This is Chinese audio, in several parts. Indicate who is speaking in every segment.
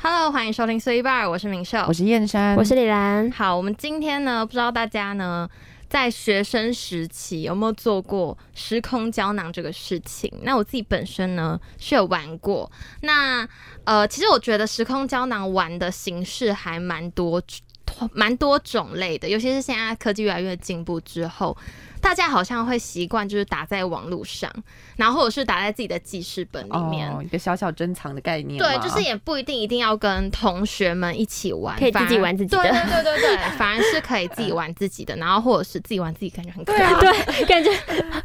Speaker 1: Hello，欢迎收听碎一半，我是明秀
Speaker 2: 我。哦是燕山，
Speaker 3: 我是李兰，
Speaker 1: 好，我们今天呢，不知道大家呢在学生时期有没有做过时空胶囊这个事情？那我自己本身呢是有玩过。那呃，其实我觉得时空胶囊玩的形式还蛮多。 蛮多种类的，尤其是现在科技越来越进步之后，大家好像会习惯就是打在网络上，然后或者是打在自己的记事本里面。
Speaker 2: 哦，一个小小珍藏的概念嘛，
Speaker 1: 对，就是也不一定一定要跟同学们一起玩，
Speaker 3: 可以自己
Speaker 1: 反而
Speaker 3: 玩自己
Speaker 1: 对
Speaker 3: 的
Speaker 1: 对对对对，反而是可以自己玩自己的，然后或者是自己玩自己，感觉很可爱。
Speaker 3: 对， 感 觉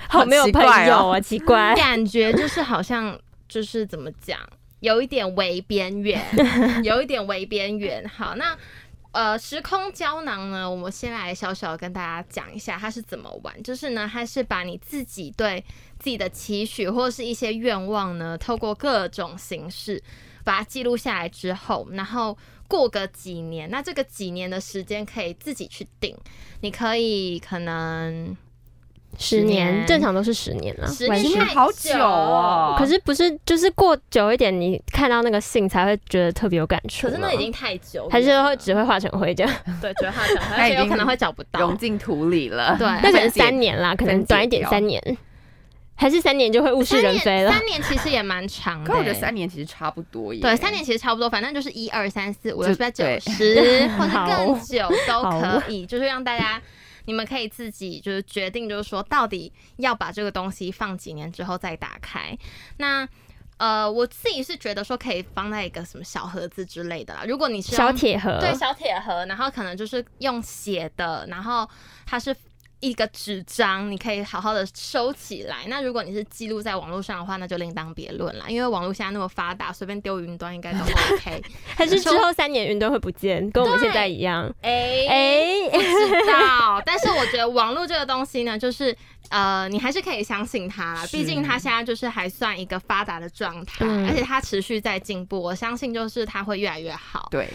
Speaker 3: 好没有朋友啊，奇 怪。
Speaker 1: 感觉就是好像就是怎么讲，有一点微边 缘，有一点微边缘。好，那呃，时空胶囊呢，我们先来小小地跟大家讲一下它是怎么玩。就是呢，它是把你自己对自己的期许或是一些愿望呢，透过各种形式把它记录下来之后，然后。过个几年，那这个几年的时间可以自己去定，你可以可能
Speaker 3: 十年
Speaker 1: 年
Speaker 3: 正常都是十年啊，
Speaker 1: 十
Speaker 2: 哇
Speaker 1: 年
Speaker 2: 你
Speaker 1: 太
Speaker 2: 好久哦。
Speaker 3: 可是不是就是过久一点，你看到那个信才会觉得特别有感触
Speaker 1: 可
Speaker 3: 吗。
Speaker 1: 是那已经太久了，
Speaker 3: 还是会只会化成灰这样，
Speaker 1: 对，觉得他想，
Speaker 2: 那
Speaker 1: 而
Speaker 2: 已
Speaker 1: 且有可
Speaker 2: 经
Speaker 1: 能会找不到
Speaker 2: 融。进土里了。
Speaker 1: 对，
Speaker 3: 那可能
Speaker 2: 分解
Speaker 3: 三年啦，可能
Speaker 2: 分解
Speaker 3: 短一点
Speaker 2: 掉
Speaker 3: 三年，还是三年就会物是
Speaker 1: 三
Speaker 3: 人
Speaker 1: 年
Speaker 3: 非了。
Speaker 1: 三年其实也蛮长的、欸
Speaker 2: 可我觉得三年其实差不多耶。
Speaker 1: 对三年其实差不多，反正就是一二三四五六七八九
Speaker 2: 对
Speaker 1: 十，或者 更
Speaker 3: 好
Speaker 1: 久都可以，就是让大家。你们可以自己就是决定，就是说到底要把这个东西放几年之后再打开。那呃，我自己是觉得说可以放在一个什么小盒子之类的啦。如果你是要
Speaker 3: 小铁盒，
Speaker 1: 对，小铁盒，然后可能就是用写的，然后它是一个纸张，你可以好好的收起来。那如果你是记录在网络上的话，那就另当别论啦，因为网络现在那么发达，随便丢云端应该都 OK。
Speaker 3: 还是之后三年云端会不见，跟我们现在一样。
Speaker 1: 哎、
Speaker 3: 哎，
Speaker 1: 不知道，但是我觉得网络这个东西呢，就是呃，你还是可以相信它啦，
Speaker 2: 是
Speaker 1: 毕竟它现在就是还算一个发达的状态，
Speaker 3: 嗯
Speaker 1: 而且它持续在进步，我相信就是它会越来越好。
Speaker 2: 对，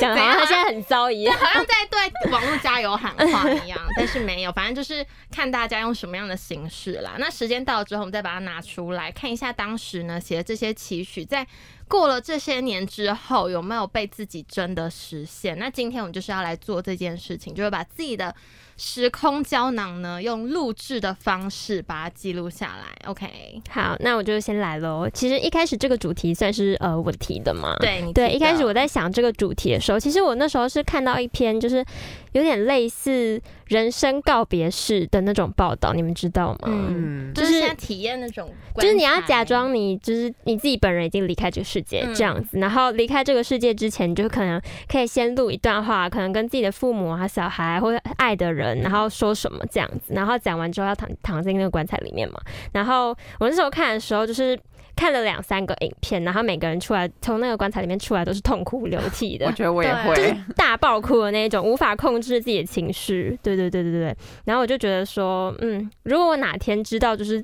Speaker 3: 讲得
Speaker 1: 怎样啊
Speaker 3: 好像他现在很糟一样。
Speaker 1: 好像在对网络加油喊话一样，但是没有，反正就是看大家用什么样的形式啦。那时间到了之后，我们再把它拿出来看一下，当时呢写的这些期许，在过了这些年之后，有没有被自己真的实现？那今天我们就是要来做这件事情，就是把自己的时空胶囊呢，用录制的方式把它记录下来。OK，
Speaker 3: 好，那我就先来喽。其实一开始这个主题算是呃我提的嘛，
Speaker 1: 对，你
Speaker 3: 对，
Speaker 1: 记
Speaker 3: 一开
Speaker 1: 得
Speaker 3: 始我在想这个主题的时候，其实我那时候是看到一篇就是有点类似人生告别式的那种报道，你们知道吗？
Speaker 1: 嗯
Speaker 2: 嗯，
Speaker 1: 就
Speaker 3: 就是是
Speaker 1: 现在体验那种棺材，
Speaker 3: 就是你要假装你就是你自己本人已经离开这个世界
Speaker 1: 嗯
Speaker 3: 这样子，然后离开这个世界之前，你就可能可以先录一段话，可能跟自己的父母啊、小孩或者爱的人，然后说什么这样子，然后讲完之后要躺躺进那个棺材里面嘛。然后我那时候看的时候，就是看了两三个影片，然后每个人出来从那个棺材里面出来都是痛哭流涕的
Speaker 2: 我，觉得我也
Speaker 1: 嗯对
Speaker 2: 会。
Speaker 3: 大爆哭的那一种，无法控制自己的情绪。对对对对对。然后我就觉得说，嗯，如果我哪天知道就是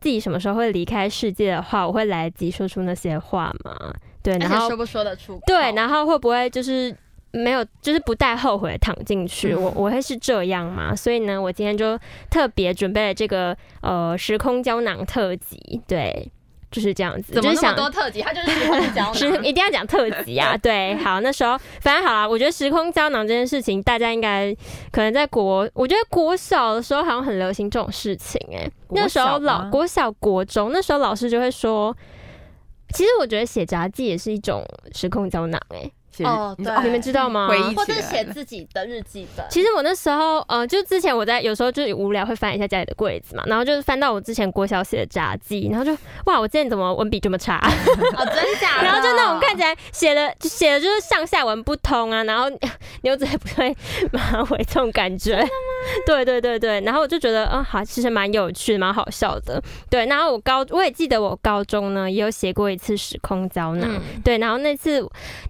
Speaker 3: 自己什么时候会离开世界的话，我会来得及说出那些话嘛？对，
Speaker 1: 而
Speaker 3: 然
Speaker 1: 且
Speaker 3: 后
Speaker 1: 说不说得出口，
Speaker 3: 对，然后会不会就是没有，就是不带后悔躺进去？
Speaker 1: 嗯
Speaker 3: 我我会是这样嘛？所以呢，我今天就特别准备了这个呃时空胶囊特辑，对，就是这样子，
Speaker 1: 怎么
Speaker 3: 就
Speaker 1: 那
Speaker 3: 是
Speaker 1: 么
Speaker 3: 想
Speaker 1: 多特辑？它就是时空 胶
Speaker 3: 时
Speaker 1: 囊。
Speaker 3: 一定要讲特辑啊， 对，好，那时候反正好啦，我觉得时空胶囊这件事情，大家应该可能在国，我觉得国小的时候好像很流行这种事情、欸，哎，
Speaker 2: 国
Speaker 3: 那时候
Speaker 2: 小
Speaker 3: 老
Speaker 2: 吗
Speaker 3: 国小国中那时候老师就会说，其实我觉得写杂记也是一种时空胶囊、欸，哎、
Speaker 2: 写
Speaker 1: 哦
Speaker 2: 你说
Speaker 1: 对
Speaker 3: 你们知道吗？
Speaker 2: 回忆
Speaker 1: 或者
Speaker 2: 起来
Speaker 1: 写
Speaker 2: 了
Speaker 1: 自己的日记本。
Speaker 3: 其实我那时候，呃，就之前我在有时候就是无聊会翻一下家里的柜子嘛，然后就是翻到我之前国小写的杂记，然后就哇，我之前怎么文笔这么差、
Speaker 1: 哦，真假的？
Speaker 3: 然后就那种看起来写的写的就是上下文不通啊，然后 牛仔不对马尾这种感觉。对对对对，然后我就觉得，嗯，好，其实蛮有趣，蛮好笑的。对，然后我高我也记得我高中呢也有写过一次时空胶囊。
Speaker 1: 嗯，
Speaker 3: 对，然后那次，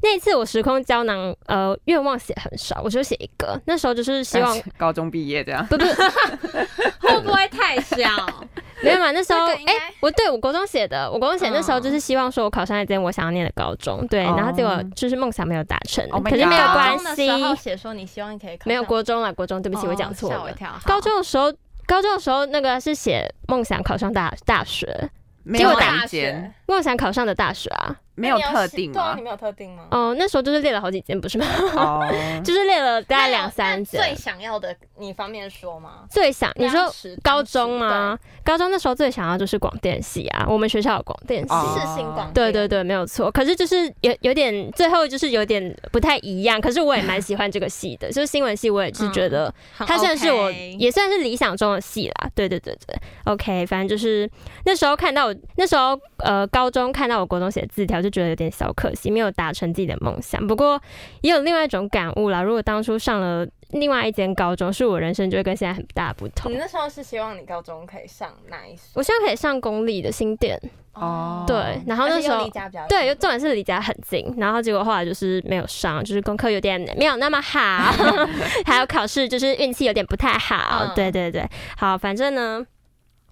Speaker 3: 那次我时空胶囊，呃，愿望写很少，我就写一个。那时候就是希
Speaker 1: 啊
Speaker 3: 望，
Speaker 2: 高中毕业这样。
Speaker 3: 不不，
Speaker 1: 会不会太小？
Speaker 3: 没有嘛，那时候，
Speaker 1: 这
Speaker 3: 哎、
Speaker 1: 个应该嗯
Speaker 3: 我对我国中写的，我国中写那时候就是希望说，我考上一间我想要念的高中，对，
Speaker 2: 哦
Speaker 3: 然后结果就是梦想没有达成
Speaker 2: Oh my
Speaker 3: 可是 没有
Speaker 2: 高
Speaker 3: 关
Speaker 1: 中的时候
Speaker 3: 系，
Speaker 1: 写说你希望你可以考上
Speaker 3: 没有国中啦，国中，对不起，
Speaker 1: 哦
Speaker 3: 我讲错
Speaker 1: 吓我
Speaker 3: 了
Speaker 1: 一。跳。好
Speaker 3: 高中的时候，高中的时候那个是写梦想考上大大学，
Speaker 2: 没
Speaker 3: 结
Speaker 2: 有
Speaker 3: 果
Speaker 2: 哪
Speaker 1: 大
Speaker 2: 一间
Speaker 1: 学，
Speaker 3: 我有想考上的大学啊，
Speaker 2: 没有特定
Speaker 1: 对啊，
Speaker 2: 吗
Speaker 1: 你？没有特定吗？
Speaker 3: 哦、那时候就是列了好几间，不是吗？
Speaker 2: 哦，
Speaker 3: 就是列了
Speaker 1: 那
Speaker 3: 大概
Speaker 1: 嗯有
Speaker 3: 两三
Speaker 1: 那
Speaker 3: 间。
Speaker 1: 最想要的，你方便说吗？
Speaker 3: 最想你说
Speaker 1: 当时
Speaker 3: 高中？吗？高中那时候最想要就是广电系啊，我们学校有广电系。
Speaker 1: 当时
Speaker 2: 哦
Speaker 1: 对世新广，
Speaker 3: 对对，对，没有错。可是就是有有点，最后就是有点不太一样。可是我也蛮喜欢这个系的，就是新闻系，我也是觉得
Speaker 1: 很
Speaker 3: 它算是我
Speaker 1: OK
Speaker 3: 也算是理想中的戏啦。对对对对，OK，反正就是那时候看到我那时候呃高中看到我国中写的字条，就觉得有点小可惜，没有达成自己的梦想。不过也有另外一种感悟啦，如果当初上了另外一间高中，是我人生就会跟现在很大不同
Speaker 1: 你。那时候是希望你高中可以上哪一所？
Speaker 3: 我现在可以上公立的新店，
Speaker 2: 哦
Speaker 3: 对，然后
Speaker 1: 而
Speaker 3: 那
Speaker 1: 且
Speaker 3: 时
Speaker 1: 又
Speaker 3: 候
Speaker 1: 离家比较
Speaker 3: 对，又
Speaker 1: 近
Speaker 3: 重点是离家很近，然后结果后来就是没有上，就是功课有点没有那 么好，还有考试就是运气有点不太好。
Speaker 1: 嗯
Speaker 3: 对对对，好，反正呢。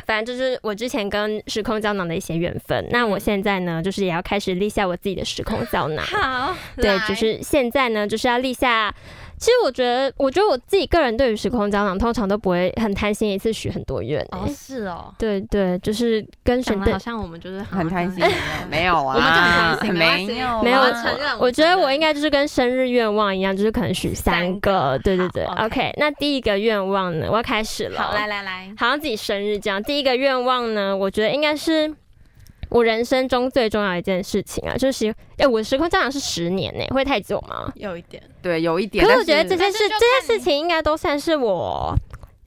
Speaker 3: 反正就是我之前跟时空胶囊的一些缘分，那我现在呢，就是也要开始立下我自己的时空胶囊。
Speaker 1: 嗯好，
Speaker 3: 对，
Speaker 1: 来
Speaker 3: 就是现在呢，就是要立下。其实我觉得，我觉得我自己个人对于时空胶囊，通常都不会很贪心，一次许很多愿、欸
Speaker 1: 哦，是哦，
Speaker 3: 对对，就是跟神
Speaker 1: 讲的
Speaker 3: 对
Speaker 1: 好像我们就是
Speaker 2: 很贪心
Speaker 1: 好像，
Speaker 2: 没有啊，
Speaker 1: 我们就很贪心没关
Speaker 2: 没
Speaker 1: 系
Speaker 2: 有啊，
Speaker 3: 没有，
Speaker 1: 我
Speaker 3: 我
Speaker 1: 们承认
Speaker 3: 我觉得我应
Speaker 1: 该
Speaker 3: 该就是跟生日愿望一样，就是可能许三个。对对对
Speaker 1: 好
Speaker 3: ，OK。那第一个愿望呢，我要开始了。
Speaker 1: 好，来，来来，
Speaker 3: 好像自己生日这样。第一个愿望呢，我觉得应该是我人生中最重要的一件事情啊，就是哎、我时空胶囊是十年呢、会太久吗？
Speaker 1: 有一点，
Speaker 2: 对，有一点。
Speaker 3: 可是我
Speaker 2: 但
Speaker 3: 觉得这件
Speaker 1: 但
Speaker 3: 事
Speaker 1: 是就看
Speaker 3: 这件事
Speaker 1: 你
Speaker 3: 情应该都算是我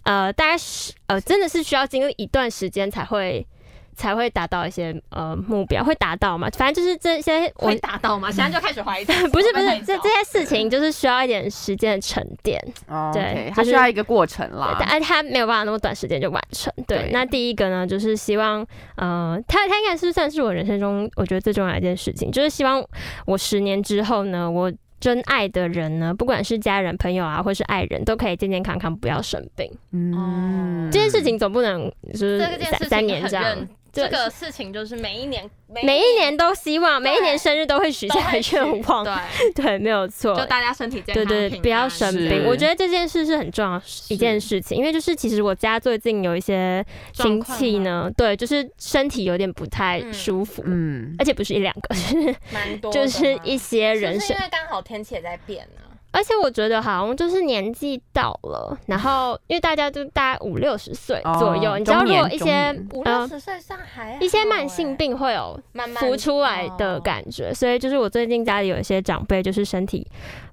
Speaker 3: 呃，大概是呃，真的是需要经历一段时间才会。才会达到一些呃目标，会达到嘛？反正就是这些我嗯
Speaker 1: 会达到吗？现在就开始怀疑自己，
Speaker 3: 不是不
Speaker 1: 会
Speaker 3: 是
Speaker 1: 太，
Speaker 3: 这
Speaker 1: 早
Speaker 3: 这些事情就是需要一点时间的沉淀，
Speaker 2: 哦
Speaker 3: 对
Speaker 2: OK，
Speaker 3: 就
Speaker 2: 它
Speaker 3: 是
Speaker 2: 需要一个过程啦
Speaker 3: 对，。但他没有办法那么短时间就完成。对，
Speaker 2: 对
Speaker 3: 那第一个呢，就是希望，呃，他他应该是算是我人生中我觉得最重要的一件事情，就是希望我十年之后呢，我真爱的人呢，不管是家人、朋友啊，或是爱人，都可以健健康康，不要生病。
Speaker 2: 嗯，
Speaker 3: 这件事情总不能就是
Speaker 1: 这件
Speaker 3: 三
Speaker 1: 事
Speaker 3: 三
Speaker 1: 情
Speaker 3: 年
Speaker 1: 很
Speaker 3: 这样
Speaker 1: 认。这
Speaker 3: 对
Speaker 1: 个事情就是每一年
Speaker 3: 每一年都希望，每一年
Speaker 1: 对
Speaker 3: 生日都会许
Speaker 1: 都
Speaker 3: 下
Speaker 1: 会去
Speaker 3: 愿望，
Speaker 1: 对，
Speaker 3: 对，没有错。
Speaker 1: 就大家身体健
Speaker 3: 对
Speaker 1: 康，
Speaker 3: 对，
Speaker 1: 平
Speaker 3: 不要
Speaker 1: 安啊
Speaker 3: 生
Speaker 2: 是
Speaker 3: 病。我觉得这件事是很重要的一件事情，因为就是其实我家最近有一些
Speaker 1: 状
Speaker 3: 亲
Speaker 1: 况
Speaker 3: 戚
Speaker 1: 吗
Speaker 3: 呢，对，就是身体有点不太
Speaker 1: 嗯
Speaker 3: 舒服，
Speaker 2: 嗯，
Speaker 3: 而且不是一两个，是
Speaker 1: 蛮多的
Speaker 3: 就
Speaker 1: 吗，
Speaker 3: 是一些人
Speaker 1: 是
Speaker 3: 生
Speaker 1: 因。为刚好天气也在变啊，
Speaker 3: 而且我觉得好像就是年纪到了，然后因为大家都大概五六十岁左右，
Speaker 2: 哦
Speaker 3: 你知道
Speaker 2: 中
Speaker 3: 如果
Speaker 2: 年
Speaker 3: 一
Speaker 2: 中
Speaker 3: 些
Speaker 2: 年
Speaker 1: 五
Speaker 3: 呃
Speaker 1: 六十岁上还好
Speaker 3: 一些慢性
Speaker 1: 欸
Speaker 3: 病会有
Speaker 1: 慢慢哦
Speaker 3: 浮出来的感觉，所以就是我最近家里有一些长辈就是身体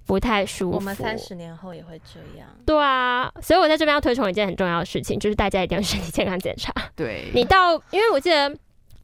Speaker 3: 不太舒服，
Speaker 1: 我们三十年后也会这样。
Speaker 3: 对啊，所以我在这边要推崇一件很重要的事情，就是大家一定要身体健康检查。
Speaker 2: 对，
Speaker 3: 你到，因为我记得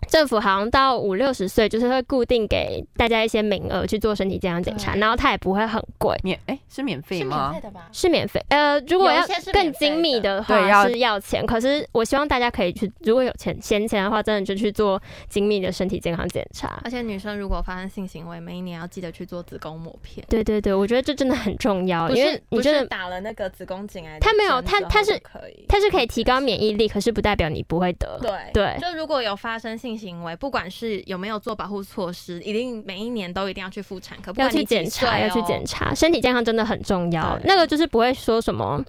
Speaker 3: 政府好像到五六十岁，就是会固定给大家一些名额去做身体健康检查，
Speaker 1: 对
Speaker 3: 然后它也不会很贵，
Speaker 2: 免哎是免费
Speaker 1: 是免
Speaker 2: 吗
Speaker 1: 费？的吧？
Speaker 3: 是免费。呃，如果
Speaker 1: 有一
Speaker 3: 要
Speaker 1: 些是免
Speaker 3: 更
Speaker 1: 费
Speaker 3: 精密
Speaker 1: 的
Speaker 3: 的话
Speaker 2: 对要
Speaker 3: 是要钱，可是我希望大家可以去，如果有钱闲钱的话，真的就去做精密的身体健康检查。
Speaker 1: 而且女生如果发生性行为，每一年要记得去做子宫抹片，
Speaker 3: 对对对，我觉得这真的很重要，因为你
Speaker 1: 不
Speaker 3: 真
Speaker 1: 是
Speaker 3: 的
Speaker 1: 打了那个子宫颈癌的针之
Speaker 3: 它
Speaker 1: 后就
Speaker 3: 没
Speaker 1: 可以，
Speaker 3: 有它它是它是可以提高免
Speaker 1: 疫。
Speaker 3: 疫力，可是不代表你不会得。
Speaker 1: 对
Speaker 3: 对
Speaker 1: 就如果有发生性行为，不管是有没有做保护措施，一定每一年都一定要去妇产科，不
Speaker 3: 要
Speaker 1: 管
Speaker 3: 去
Speaker 1: 你几
Speaker 3: 检查，
Speaker 1: 岁
Speaker 3: 要去
Speaker 1: 哦
Speaker 3: 检。查，身体健康真的很重要。
Speaker 1: 对
Speaker 3: 那个就是不会说什么。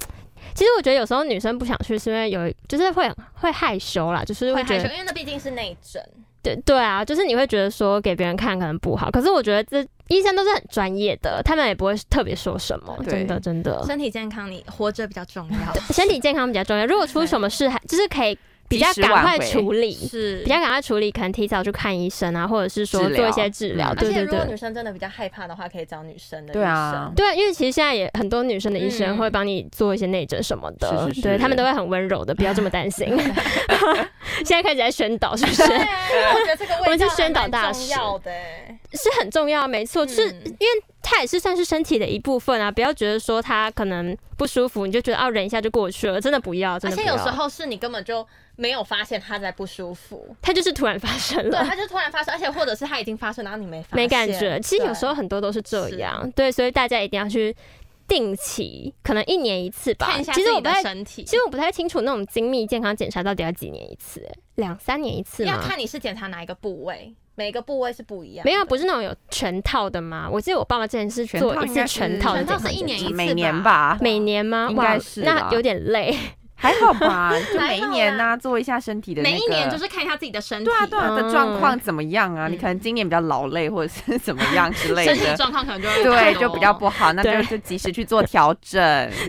Speaker 3: 其实我觉得有时候女生不想去，是因为有就是会会害羞啦，就是
Speaker 1: 会
Speaker 3: 会
Speaker 1: 害
Speaker 3: 觉
Speaker 1: 羞，
Speaker 3: 得
Speaker 1: 因为那毕竟是内诊，
Speaker 3: 对对啊，就是你会觉得说给别人看可能不好。可是我觉得这医生都是很专业的，他们也不会特别说什么，
Speaker 2: 对
Speaker 3: 真的真的。
Speaker 1: 身体健康，你活着比较重要。
Speaker 3: 呃身体健康比较重要，如果出什么事还就是可以比较
Speaker 2: 及时
Speaker 3: 赶
Speaker 2: 挽
Speaker 3: 快
Speaker 2: 回
Speaker 3: 处理，
Speaker 1: 是
Speaker 3: 比较赶快处理，可能提早去看医生啊，或者是说
Speaker 2: 治疗
Speaker 3: 做一些治疗。
Speaker 2: 嗯
Speaker 3: 对
Speaker 1: 而且
Speaker 3: 对
Speaker 1: 如果
Speaker 3: 对
Speaker 1: 女。生真的比较害怕的话，可以找女生的医生。
Speaker 2: 对啊
Speaker 3: 对，因为其实现在也很多女生的医生
Speaker 1: 嗯
Speaker 3: 会帮你做一些内诊什么的，
Speaker 2: 是是是
Speaker 3: 对他们都会很温柔的，不要这么担 心。现在开始在宣导，是不是？
Speaker 1: 对啊，因为我觉得这个
Speaker 3: 我
Speaker 1: 味
Speaker 3: 们是
Speaker 1: 道
Speaker 3: 宣导
Speaker 1: 还蛮
Speaker 3: 大
Speaker 1: 重
Speaker 3: 使
Speaker 1: 要的欸。
Speaker 3: 是很重要，没错，就是
Speaker 1: 嗯
Speaker 3: 因为它也是算是身体的一部分啊，不要觉得说它可能不舒服，你就觉得哦忍一下就过去了，真的不要，真
Speaker 1: 而
Speaker 3: 的不
Speaker 1: 且
Speaker 3: 要。
Speaker 1: 有时候是你根本就没有发现他在不舒服，
Speaker 3: 它就是突然发生
Speaker 1: 对，
Speaker 3: 了。
Speaker 1: 他就突然发生，而且或者是他已经发生，然后你没发现
Speaker 3: 没感觉。其实有时候
Speaker 1: 对
Speaker 3: 很多都是这样，对，所以大家一定要去定期，可能一年一次吧
Speaker 1: 看一。下
Speaker 3: 其实
Speaker 1: 自
Speaker 3: 我
Speaker 1: 己
Speaker 3: 不
Speaker 1: 的
Speaker 3: 太
Speaker 1: 身体，
Speaker 3: 其实我不太清楚那种精密健康检查到底要几年一次、欸两三年一次
Speaker 1: 要
Speaker 3: 吗？
Speaker 1: 看你是检查哪一个部位，每个部位是不一样的。
Speaker 3: 嗯没有，不是那种有全套的吗？我记得我爸爸之前是
Speaker 2: 全
Speaker 3: 做
Speaker 2: 套
Speaker 3: 一
Speaker 2: 应
Speaker 3: 次
Speaker 2: 该是
Speaker 3: 全套的
Speaker 1: 全
Speaker 3: 检
Speaker 1: 套
Speaker 3: 查
Speaker 1: 是一
Speaker 3: 检
Speaker 1: 年
Speaker 3: 查
Speaker 1: 一次
Speaker 2: 每年
Speaker 1: 吧
Speaker 2: 吧，
Speaker 3: 每年吗？
Speaker 2: 应
Speaker 3: 哇
Speaker 2: 该，是吧
Speaker 3: 那有点累。
Speaker 2: 还好吧？就
Speaker 1: 还
Speaker 2: 每一
Speaker 1: 好
Speaker 2: 年
Speaker 1: 啦
Speaker 2: 呐、做一下身体的那个。
Speaker 1: 每一年就是看一下自己的身体，
Speaker 2: 对啊，对啊的状
Speaker 3: 嗯
Speaker 2: 况怎么样啊？你
Speaker 1: 嗯
Speaker 2: 可能今年比较劳累，或者是怎么样之类
Speaker 1: 身体
Speaker 2: 的，
Speaker 1: 状况可能就会
Speaker 2: 对，
Speaker 1: 多
Speaker 2: 就比较不好，那就
Speaker 3: 对
Speaker 2: 就及时去做调整。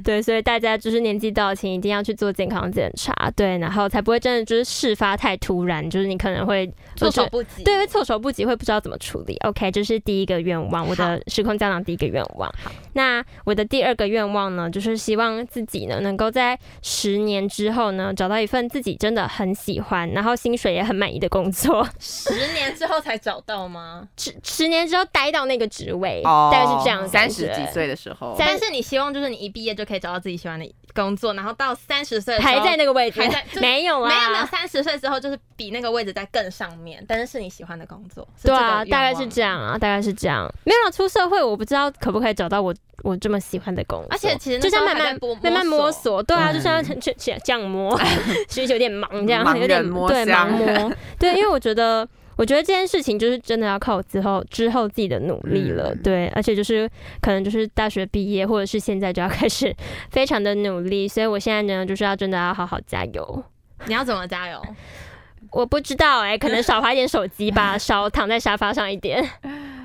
Speaker 3: 对，所以大家就是年纪到，请一定要去做健康检查，对，然后才不会真的就是事发太突然，就是你可能会
Speaker 1: 措手
Speaker 3: 就是
Speaker 1: 不及。
Speaker 3: 对，会措手不及，会不知道怎么处理。OK，这是第一个愿望，我的时空胶囊第一个愿望。那我的第二个愿望呢，就是希望自己呢能够在十年之后呢，找到一份自己真的很喜欢，然后薪水也很满意的工作。
Speaker 1: 十年之后才找到吗？
Speaker 3: 十十年之后待到那个职位，
Speaker 2: 哦，
Speaker 3: 大概是这样的感
Speaker 2: 三十
Speaker 3: 觉。
Speaker 2: 几岁的时候，
Speaker 3: 但
Speaker 1: 但是你希望就是你一毕业就可以找到自己喜欢的工作，然后到三十岁的时候
Speaker 3: 还在那个位置
Speaker 1: 还在，就
Speaker 3: 没有啊，
Speaker 1: 没有没有，三十岁之后就是比那个位置在更上面，但是是你喜欢的工作。是
Speaker 3: 对
Speaker 1: 这个
Speaker 3: 啊，
Speaker 1: 愿
Speaker 3: 大概
Speaker 1: 望
Speaker 3: 是
Speaker 1: 吗
Speaker 3: 这。样啊，大概是这样。没有出社会，我不知道可不可以找到我我这么喜欢的工作。
Speaker 1: 而且其实那时
Speaker 3: 就像
Speaker 1: 候
Speaker 3: 慢
Speaker 1: 还在
Speaker 3: 慢
Speaker 1: 摸
Speaker 3: 慢慢摸
Speaker 1: 摸
Speaker 3: 索，对啊，
Speaker 2: 嗯
Speaker 3: 就像这这这 样摸，其实有点忙这样，
Speaker 2: 盲
Speaker 3: 有点
Speaker 2: 人摸
Speaker 3: 对盲
Speaker 2: 象
Speaker 3: 摸，对，因为我觉得。我觉得这件事情就是真的要靠我之后之后自己的努力了，
Speaker 2: 嗯
Speaker 3: 对，而且就是可能就是大学毕业或者是现在就要开始非常的努力，所以我现在呢就是要真的要好好加油。
Speaker 1: 你要怎么加油？
Speaker 3: 我不知道哎、可能少划一点手机吧，少躺在沙发上一点，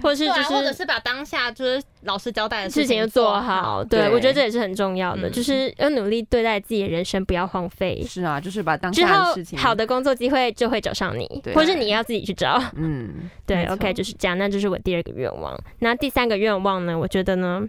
Speaker 3: 或者是
Speaker 1: 对
Speaker 3: 就
Speaker 1: 啊，或者
Speaker 3: 是
Speaker 1: 是把当下就是老师交代的
Speaker 3: 事情就
Speaker 1: 做
Speaker 3: 做好。对，
Speaker 2: 对
Speaker 3: 我觉得这也是很重要的，
Speaker 1: 嗯
Speaker 3: 就是要努力对待自己的人生，不要荒废。
Speaker 2: 是啊，就是把当
Speaker 3: 之
Speaker 2: 下
Speaker 3: 后
Speaker 2: 的事情
Speaker 3: 好，的工作机会就会找上你，
Speaker 2: 对
Speaker 3: 或是你要自己去找。
Speaker 2: 嗯，
Speaker 3: 对
Speaker 1: 没错
Speaker 3: ，OK，就是这样。那就是我第二个愿望。那第三个愿望呢？我觉得呢，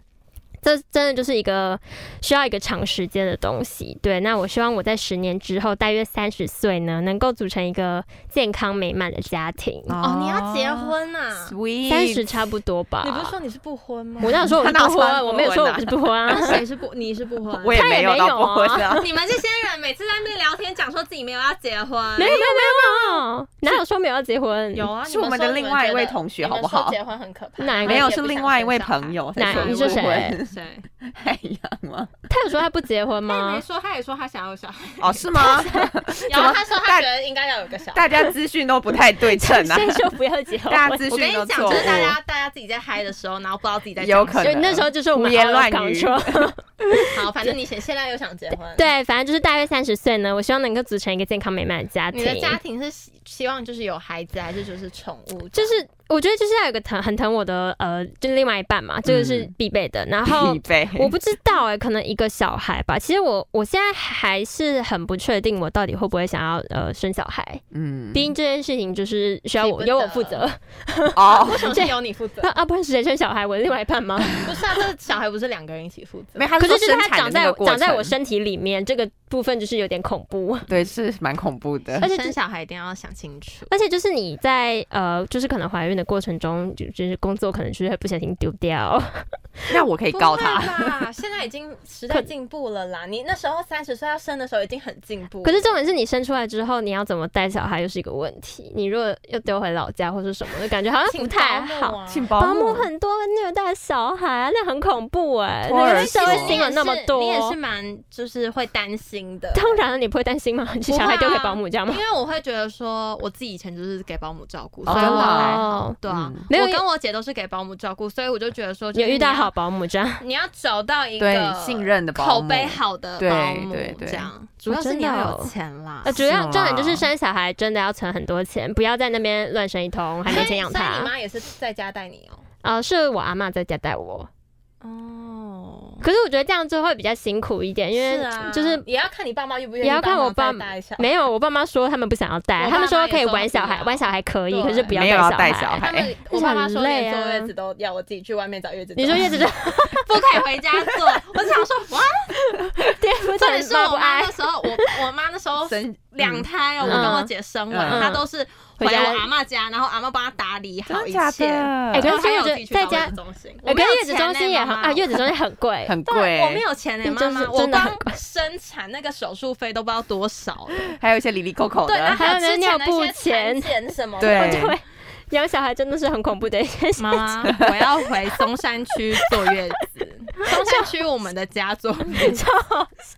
Speaker 3: 这真的就是一个需要一个长时间的东西。对，那我希望我在十年之后，大约三十岁呢，能够组成一个健康美满的家庭。
Speaker 1: 哦，你要结婚啊呐？
Speaker 2: 哦，sweet，
Speaker 3: 三十差不多吧。
Speaker 1: 你不是说你是不婚吗？
Speaker 3: 我那时候我是
Speaker 2: 他哪
Speaker 3: 不
Speaker 2: 有穿
Speaker 3: 婚，我没有
Speaker 2: 不
Speaker 3: 说
Speaker 2: 婚
Speaker 3: 我
Speaker 2: 啊
Speaker 3: 不是不婚啊。
Speaker 1: 那谁是不？你是不婚？
Speaker 2: 我也
Speaker 3: 他也
Speaker 2: 没有
Speaker 3: 没有
Speaker 2: 到不
Speaker 3: 啊
Speaker 2: 婚啊，
Speaker 1: 你们这些人每次在那边聊天，讲说自己没有要结婚，
Speaker 3: 没有没有没有没有，哪有说没有要结婚？
Speaker 1: 有啊，
Speaker 2: 是
Speaker 1: 你们
Speaker 2: 我们的
Speaker 1: 说
Speaker 2: 另外一
Speaker 1: 觉
Speaker 2: 位
Speaker 1: 得
Speaker 2: 同学
Speaker 1: 你们
Speaker 2: 好不
Speaker 1: 说
Speaker 2: 好
Speaker 1: 结婚很可怕，
Speaker 3: 哪一
Speaker 1: 然后
Speaker 3: 个
Speaker 2: 没有
Speaker 1: 也
Speaker 2: 是
Speaker 1: 不
Speaker 2: 另
Speaker 1: 想
Speaker 2: 外一
Speaker 1: 生
Speaker 2: 位
Speaker 1: 小
Speaker 2: 朋
Speaker 1: 孩。
Speaker 2: 友才
Speaker 3: 哪
Speaker 2: 说
Speaker 3: 你说
Speaker 2: 未婚，
Speaker 1: 谁？
Speaker 2: 太阳吗？
Speaker 3: 他有说他不结婚
Speaker 1: 他 也没
Speaker 3: 吗？
Speaker 1: 说，他也说他想要有小 孩，
Speaker 2: 哦，是吗？
Speaker 1: 然后他说他
Speaker 2: 大
Speaker 1: 觉得应该要有个小孩。
Speaker 2: 大家资讯都不太对称 啊，
Speaker 3: 谁说不要结 婚？
Speaker 2: 大家资
Speaker 1: 我跟
Speaker 2: 讯
Speaker 1: 你
Speaker 2: 都
Speaker 1: 讲，
Speaker 2: 错
Speaker 1: 就
Speaker 2: 误
Speaker 1: 是。大家大家自己在嗨的时候，然后不知道自己在
Speaker 2: 有
Speaker 1: 讲
Speaker 2: 可
Speaker 1: 什
Speaker 3: 就
Speaker 2: 能
Speaker 3: 那时候就是我们
Speaker 2: 胡言乱
Speaker 3: out of
Speaker 2: 语
Speaker 3: control
Speaker 1: 么好，反正你现现在又想结婚，，
Speaker 3: 对，反正就是大约三十岁呢，我希望能够组成一个健康美满的家庭。
Speaker 1: 你的家庭是希希望就是有孩子，还是就是宠物？
Speaker 3: 就是我觉得就是要有个疼很疼我的呃，就另外一半嘛，这个是
Speaker 2: 嗯
Speaker 3: 必备的。然后
Speaker 2: 疲惫，
Speaker 3: 我不知道哎、可能一个小孩吧。其实我我现在还是很不确定，我到底会不会想要呃生小孩。
Speaker 2: 嗯
Speaker 3: 毕竟这件事情就是需要
Speaker 1: 记
Speaker 3: 我
Speaker 1: 不
Speaker 3: 由我
Speaker 1: 得
Speaker 3: 负责。
Speaker 2: 哦，
Speaker 1: 为什么是由你负责
Speaker 3: 那？啊，不然是谁生小孩？我的另外一半吗？
Speaker 1: 不是啊，这小孩不是两个人一起负责
Speaker 2: 没，有，他
Speaker 3: 可
Speaker 2: 说
Speaker 3: 是就是
Speaker 2: 生
Speaker 3: 它
Speaker 2: 产
Speaker 3: 长
Speaker 2: 的那
Speaker 3: 在
Speaker 2: 个
Speaker 3: 我
Speaker 2: 过
Speaker 3: 长
Speaker 2: 程，
Speaker 3: 在我身体里面，这个部分就是有点恐怖。
Speaker 2: 对，是蛮恐怖的
Speaker 3: 而。且
Speaker 1: 生小孩一定要想清楚。
Speaker 3: 而且就是你在呃，就是可能怀孕的过程中，就就是工作可能就是会不小心丢掉。
Speaker 1: 嗯
Speaker 2: 那我可以告他，
Speaker 1: 不会吧？现在已经时代进步了啦，你那时候三十岁要生的时候已经很进步了。
Speaker 3: 可是重点是你生出来之后，你要怎么带小孩又是一个问题。你如果又丢回老家或是什么，就感觉好像不
Speaker 1: 请
Speaker 3: 太
Speaker 1: 保姆
Speaker 3: 好。
Speaker 1: 啊
Speaker 2: 请
Speaker 3: 保
Speaker 2: 保
Speaker 3: 姆很多虐待小孩啊，那很恐怖哎、
Speaker 2: 托
Speaker 3: 那
Speaker 2: 儿
Speaker 3: 个社会
Speaker 2: 所
Speaker 3: 新闻那么多，
Speaker 1: 你也是你也是蛮就是会担心的。
Speaker 3: 当然了，你不会担心吗？ 你小孩丢给保姆这样
Speaker 1: 啊因
Speaker 3: 吗？
Speaker 1: 为我会觉得说，我自己以前就是给保姆照顾，所
Speaker 2: 哦
Speaker 1: 以我还好。
Speaker 3: 哦，
Speaker 1: 对啊
Speaker 2: 嗯，
Speaker 3: 没有
Speaker 1: 我跟我姐都是给保姆照顾，所以我就觉得啊说，
Speaker 3: 有遇到好
Speaker 1: 好，
Speaker 3: 保姆这样。
Speaker 1: 你要找到一个
Speaker 2: 对信任的保
Speaker 1: 口
Speaker 2: 姆
Speaker 1: 碑好的保姆，
Speaker 2: 对对对
Speaker 1: 这样主要是你要有钱啦
Speaker 3: 呃，。主要
Speaker 1: 啊
Speaker 2: 是
Speaker 3: 重点就是
Speaker 2: 啦
Speaker 3: 生小孩真的要存很多钱，不要在那边乱生一通，还没钱养
Speaker 1: 所以所以你
Speaker 3: 他。
Speaker 1: 妈也是在家带你哦。
Speaker 3: 呃，是我阿妈在家带我，
Speaker 1: 哦，
Speaker 3: 可是我觉得这样就会比较辛苦一点，因为
Speaker 1: 是啊
Speaker 3: 就是
Speaker 1: 也要看你爸妈愿不愿意，
Speaker 3: 也要看我爸
Speaker 1: 带小孩。
Speaker 3: 没有我爸妈说他们不想要带，
Speaker 1: 我
Speaker 3: 他
Speaker 1: 爸
Speaker 3: 们
Speaker 1: 妈
Speaker 3: 说
Speaker 1: 也
Speaker 3: 可以
Speaker 1: 说
Speaker 3: 玩
Speaker 1: 不
Speaker 3: 小孩，
Speaker 1: 要
Speaker 3: 玩小孩可以，
Speaker 1: 对
Speaker 3: 可是不要
Speaker 2: 没有要
Speaker 3: 带
Speaker 2: 带
Speaker 3: 小
Speaker 2: 小
Speaker 3: 孩。
Speaker 2: 孩
Speaker 1: 他们，
Speaker 3: 很
Speaker 1: 我爸妈说
Speaker 3: 累
Speaker 1: 连
Speaker 3: 啊
Speaker 1: 坐月子都要我自己去外面找月子中
Speaker 3: 你
Speaker 1: 心。
Speaker 3: 说月子中，
Speaker 1: 不可以回家坐？我想说，哇，
Speaker 3: 对，不
Speaker 1: 重点
Speaker 3: 对？
Speaker 1: 是
Speaker 3: 妈
Speaker 1: 我
Speaker 3: 不
Speaker 1: 妈
Speaker 3: 爱
Speaker 1: 那，时候，我我妈那时候
Speaker 2: 生
Speaker 1: 两胎哦，我
Speaker 2: 嗯
Speaker 1: 跟我姐生完，
Speaker 2: 嗯
Speaker 1: 她都是回
Speaker 3: 回家
Speaker 1: 我阿妈家，然后阿妈帮她打理好一
Speaker 2: 真的
Speaker 1: 切。
Speaker 2: 假
Speaker 3: 哎
Speaker 2: 的？
Speaker 3: 可
Speaker 1: 然
Speaker 3: 是
Speaker 1: 后还有
Speaker 3: 我觉得
Speaker 1: 自己去找
Speaker 3: 在家
Speaker 1: 月子中心，
Speaker 3: 我
Speaker 1: 没
Speaker 3: 跟
Speaker 1: 有
Speaker 3: 呃月子中
Speaker 1: 钱
Speaker 3: 心也
Speaker 1: 欸
Speaker 3: 很
Speaker 1: 妈妈
Speaker 3: 啊，月子中心很 贵， 哎
Speaker 2: 很
Speaker 1: 对，
Speaker 2: 贵，
Speaker 1: 我没有钱呢，妈
Speaker 3: 真是
Speaker 1: 妈，我
Speaker 3: 真的很
Speaker 1: 光生产那个手术费都不知道多少了。
Speaker 2: 还有一些里里扣扣
Speaker 1: 对，然后
Speaker 2: 的，
Speaker 1: 还有
Speaker 3: 还有
Speaker 1: 之前
Speaker 3: 尿
Speaker 1: 的
Speaker 3: 布
Speaker 1: 一些
Speaker 3: 钱
Speaker 1: 产检什么的。
Speaker 2: 对
Speaker 3: 对，养小孩真的是很恐怖的一件事。
Speaker 1: 妈妈，我要回松山区坐月子。双下区我们的佳作，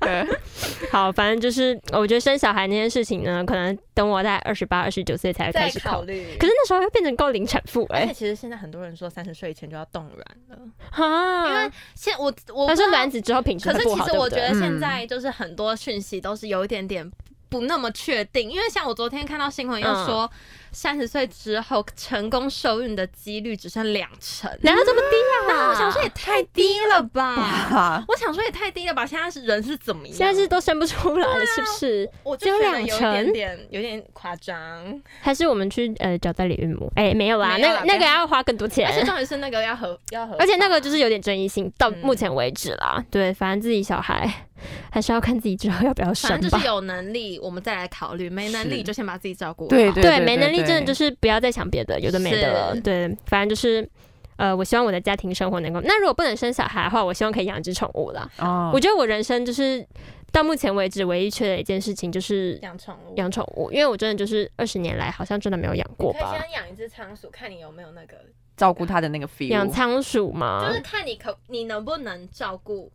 Speaker 2: 对，
Speaker 3: 好，反正就是我觉得生小孩那件事情呢，可能等我在二十八、二十九岁才会开
Speaker 1: 再
Speaker 3: 始考
Speaker 1: 考
Speaker 3: 虑。
Speaker 1: 虑。
Speaker 3: 可是那时候又变成高龄产妇哎、
Speaker 4: 而且其实现在很多人说三十岁以前就要冻卵了，
Speaker 3: 哈，
Speaker 1: 因为现我我
Speaker 3: 啊他
Speaker 1: 不知
Speaker 3: 说
Speaker 1: 道
Speaker 3: 卵子之后品质
Speaker 1: 可
Speaker 3: 会
Speaker 1: 是
Speaker 3: 不
Speaker 1: 其
Speaker 3: 好，
Speaker 1: 实我觉
Speaker 3: 对不
Speaker 1: 得
Speaker 2: 对
Speaker 3: 对
Speaker 1: 现在就是很多讯息都是有一点点不那么确定，因为像我昨天看到新闻
Speaker 3: 嗯
Speaker 1: 又说，三十岁之后成功受孕的几率只剩两成，
Speaker 3: 难道这么低啊？
Speaker 1: 然后我想说也太低了吧。
Speaker 2: 啊，
Speaker 1: 我想说也太低了吧！现在是人是怎么样？
Speaker 3: 现在是都生不出来
Speaker 1: 啊
Speaker 3: 了，是不是？
Speaker 1: 我就
Speaker 3: 只有
Speaker 1: 觉得有
Speaker 3: 两
Speaker 1: 一
Speaker 3: 成
Speaker 1: 点点有点夸张，
Speaker 3: 还是我们去呃找代理孕母？哎、没有啦，
Speaker 1: 嗯没有
Speaker 3: 那
Speaker 1: 啦
Speaker 3: 个那个要花更多钱
Speaker 1: 而，且重点是那个要合要合法，
Speaker 3: 而且那个就是有点争议性，到
Speaker 1: 嗯
Speaker 3: 目前为止啦。对，反正自己小孩还是要看自己之后要不要生
Speaker 1: 反正就
Speaker 3: 吧
Speaker 1: 是。有能力我们再来考虑，没能力就先把自己照顾好。
Speaker 2: 对对
Speaker 3: 对，没能力真的就是是不要再想别的，有的没的了。
Speaker 1: 是
Speaker 3: 对，反正就是。呃，我希望我的家庭生活能够。那如果不能生小孩的话，我希望可以养一只宠物啦。
Speaker 2: 哦
Speaker 3: 我，觉得我人生就是到目前为止唯一缺的一件事情就是
Speaker 1: 养宠物，
Speaker 3: 养宠物，因为我真的就是二十年来好像真的没有养过
Speaker 1: 可以
Speaker 3: 吧。
Speaker 1: 先养一只仓鼠，看你有没有那个，
Speaker 2: 照顾他的那个 feel，
Speaker 3: 养仓鼠嘛
Speaker 1: 就，是看你可你能不能照顾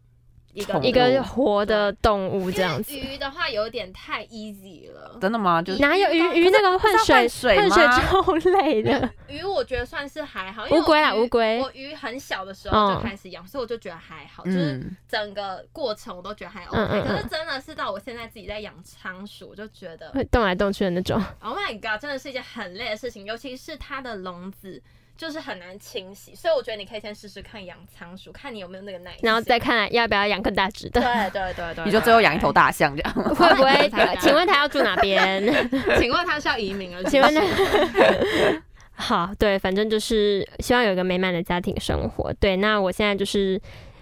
Speaker 1: 一个
Speaker 2: 宠物
Speaker 3: 一个活的动物这样子。
Speaker 1: 因为鱼的话有点太 easy 了，
Speaker 2: 真的吗？就是
Speaker 3: 哪有鱼鱼那个换
Speaker 2: 不是要
Speaker 3: 水
Speaker 2: 换水
Speaker 3: 换水
Speaker 2: 吗
Speaker 3: 超累的，
Speaker 1: 鱼我觉得算是还好，因为
Speaker 3: 乌龟啦啊嗯
Speaker 1: 我鱼
Speaker 3: 乌龟
Speaker 1: 我鱼很小的时候就开始养，所以我就觉得还好，就是
Speaker 2: 嗯，
Speaker 1: 整个过程我都觉得还 OK，、
Speaker 3: 嗯嗯嗯
Speaker 1: 可是真的是到我现在自己在养仓鼠，我就觉得
Speaker 3: 会动来动去的那种。
Speaker 1: Oh my god，真的是一件很累的事情，尤其是它的笼子就是很难清洗，所以我觉得你可以先试试看养仓鼠，看你有没有那个耐心。
Speaker 3: 然后再看来要不要养更大只的，
Speaker 1: 对对对 对，
Speaker 2: 你就最后养一头大象这样，
Speaker 3: 会 不会？呃请问他要住哪边？
Speaker 1: 对。请问它是要移民 了？
Speaker 3: 请问他？ 好，对，反正就是希望有一个美满的家庭生活。对，那我现在就是。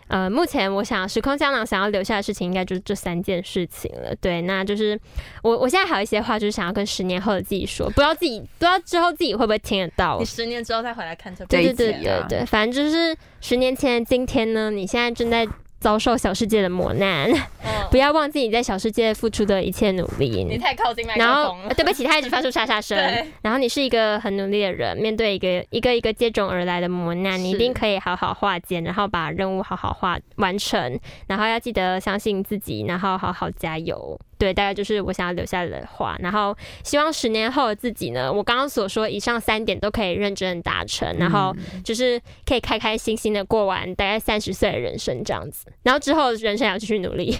Speaker 3: 呃，目前我想时空胶囊想要留下的事情，应该就是这三件事情了。对，那就是我我现在还有一些话，就是想要跟十年后的自己说，不知道自己不知道之后自己会不会听得到
Speaker 1: 你。十年之后再回来看这部
Speaker 2: 哦这一
Speaker 3: 对
Speaker 1: 剧，
Speaker 2: 集
Speaker 3: 对
Speaker 2: 啊
Speaker 3: 对对，反正就是十年前的今天呢，你现在正在遭受小世界的磨难，
Speaker 1: 嗯
Speaker 3: 不要忘记你在小世界付出的一切努
Speaker 1: 你
Speaker 3: 力。
Speaker 1: 太靠近麦克
Speaker 3: 然后
Speaker 1: 风
Speaker 3: 呃
Speaker 1: 了。
Speaker 3: 对不起，他一直发出沙沙声。
Speaker 1: 对，
Speaker 3: 然后你是一个很努力的人，面对一个一个一个接踵而来的磨难，你一
Speaker 1: 是
Speaker 3: 定可以好好化解，然后把任务好好化完成，然后要记得相信自己，然后好好加油。对，大概就是我想要留下的话。然后希望十年后的自己呢，我刚刚所说以上三点都可以认真地达成，
Speaker 1: 嗯
Speaker 3: 然后就是可以开开心心的过完大概三十岁的人生这样子。然后之后人生还要继续努力。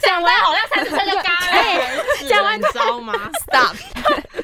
Speaker 1: 讲完 好像三十岁 就嘎
Speaker 2: 哎
Speaker 1: 了，
Speaker 3: 讲完
Speaker 1: 你知道吗？
Speaker 2: stop，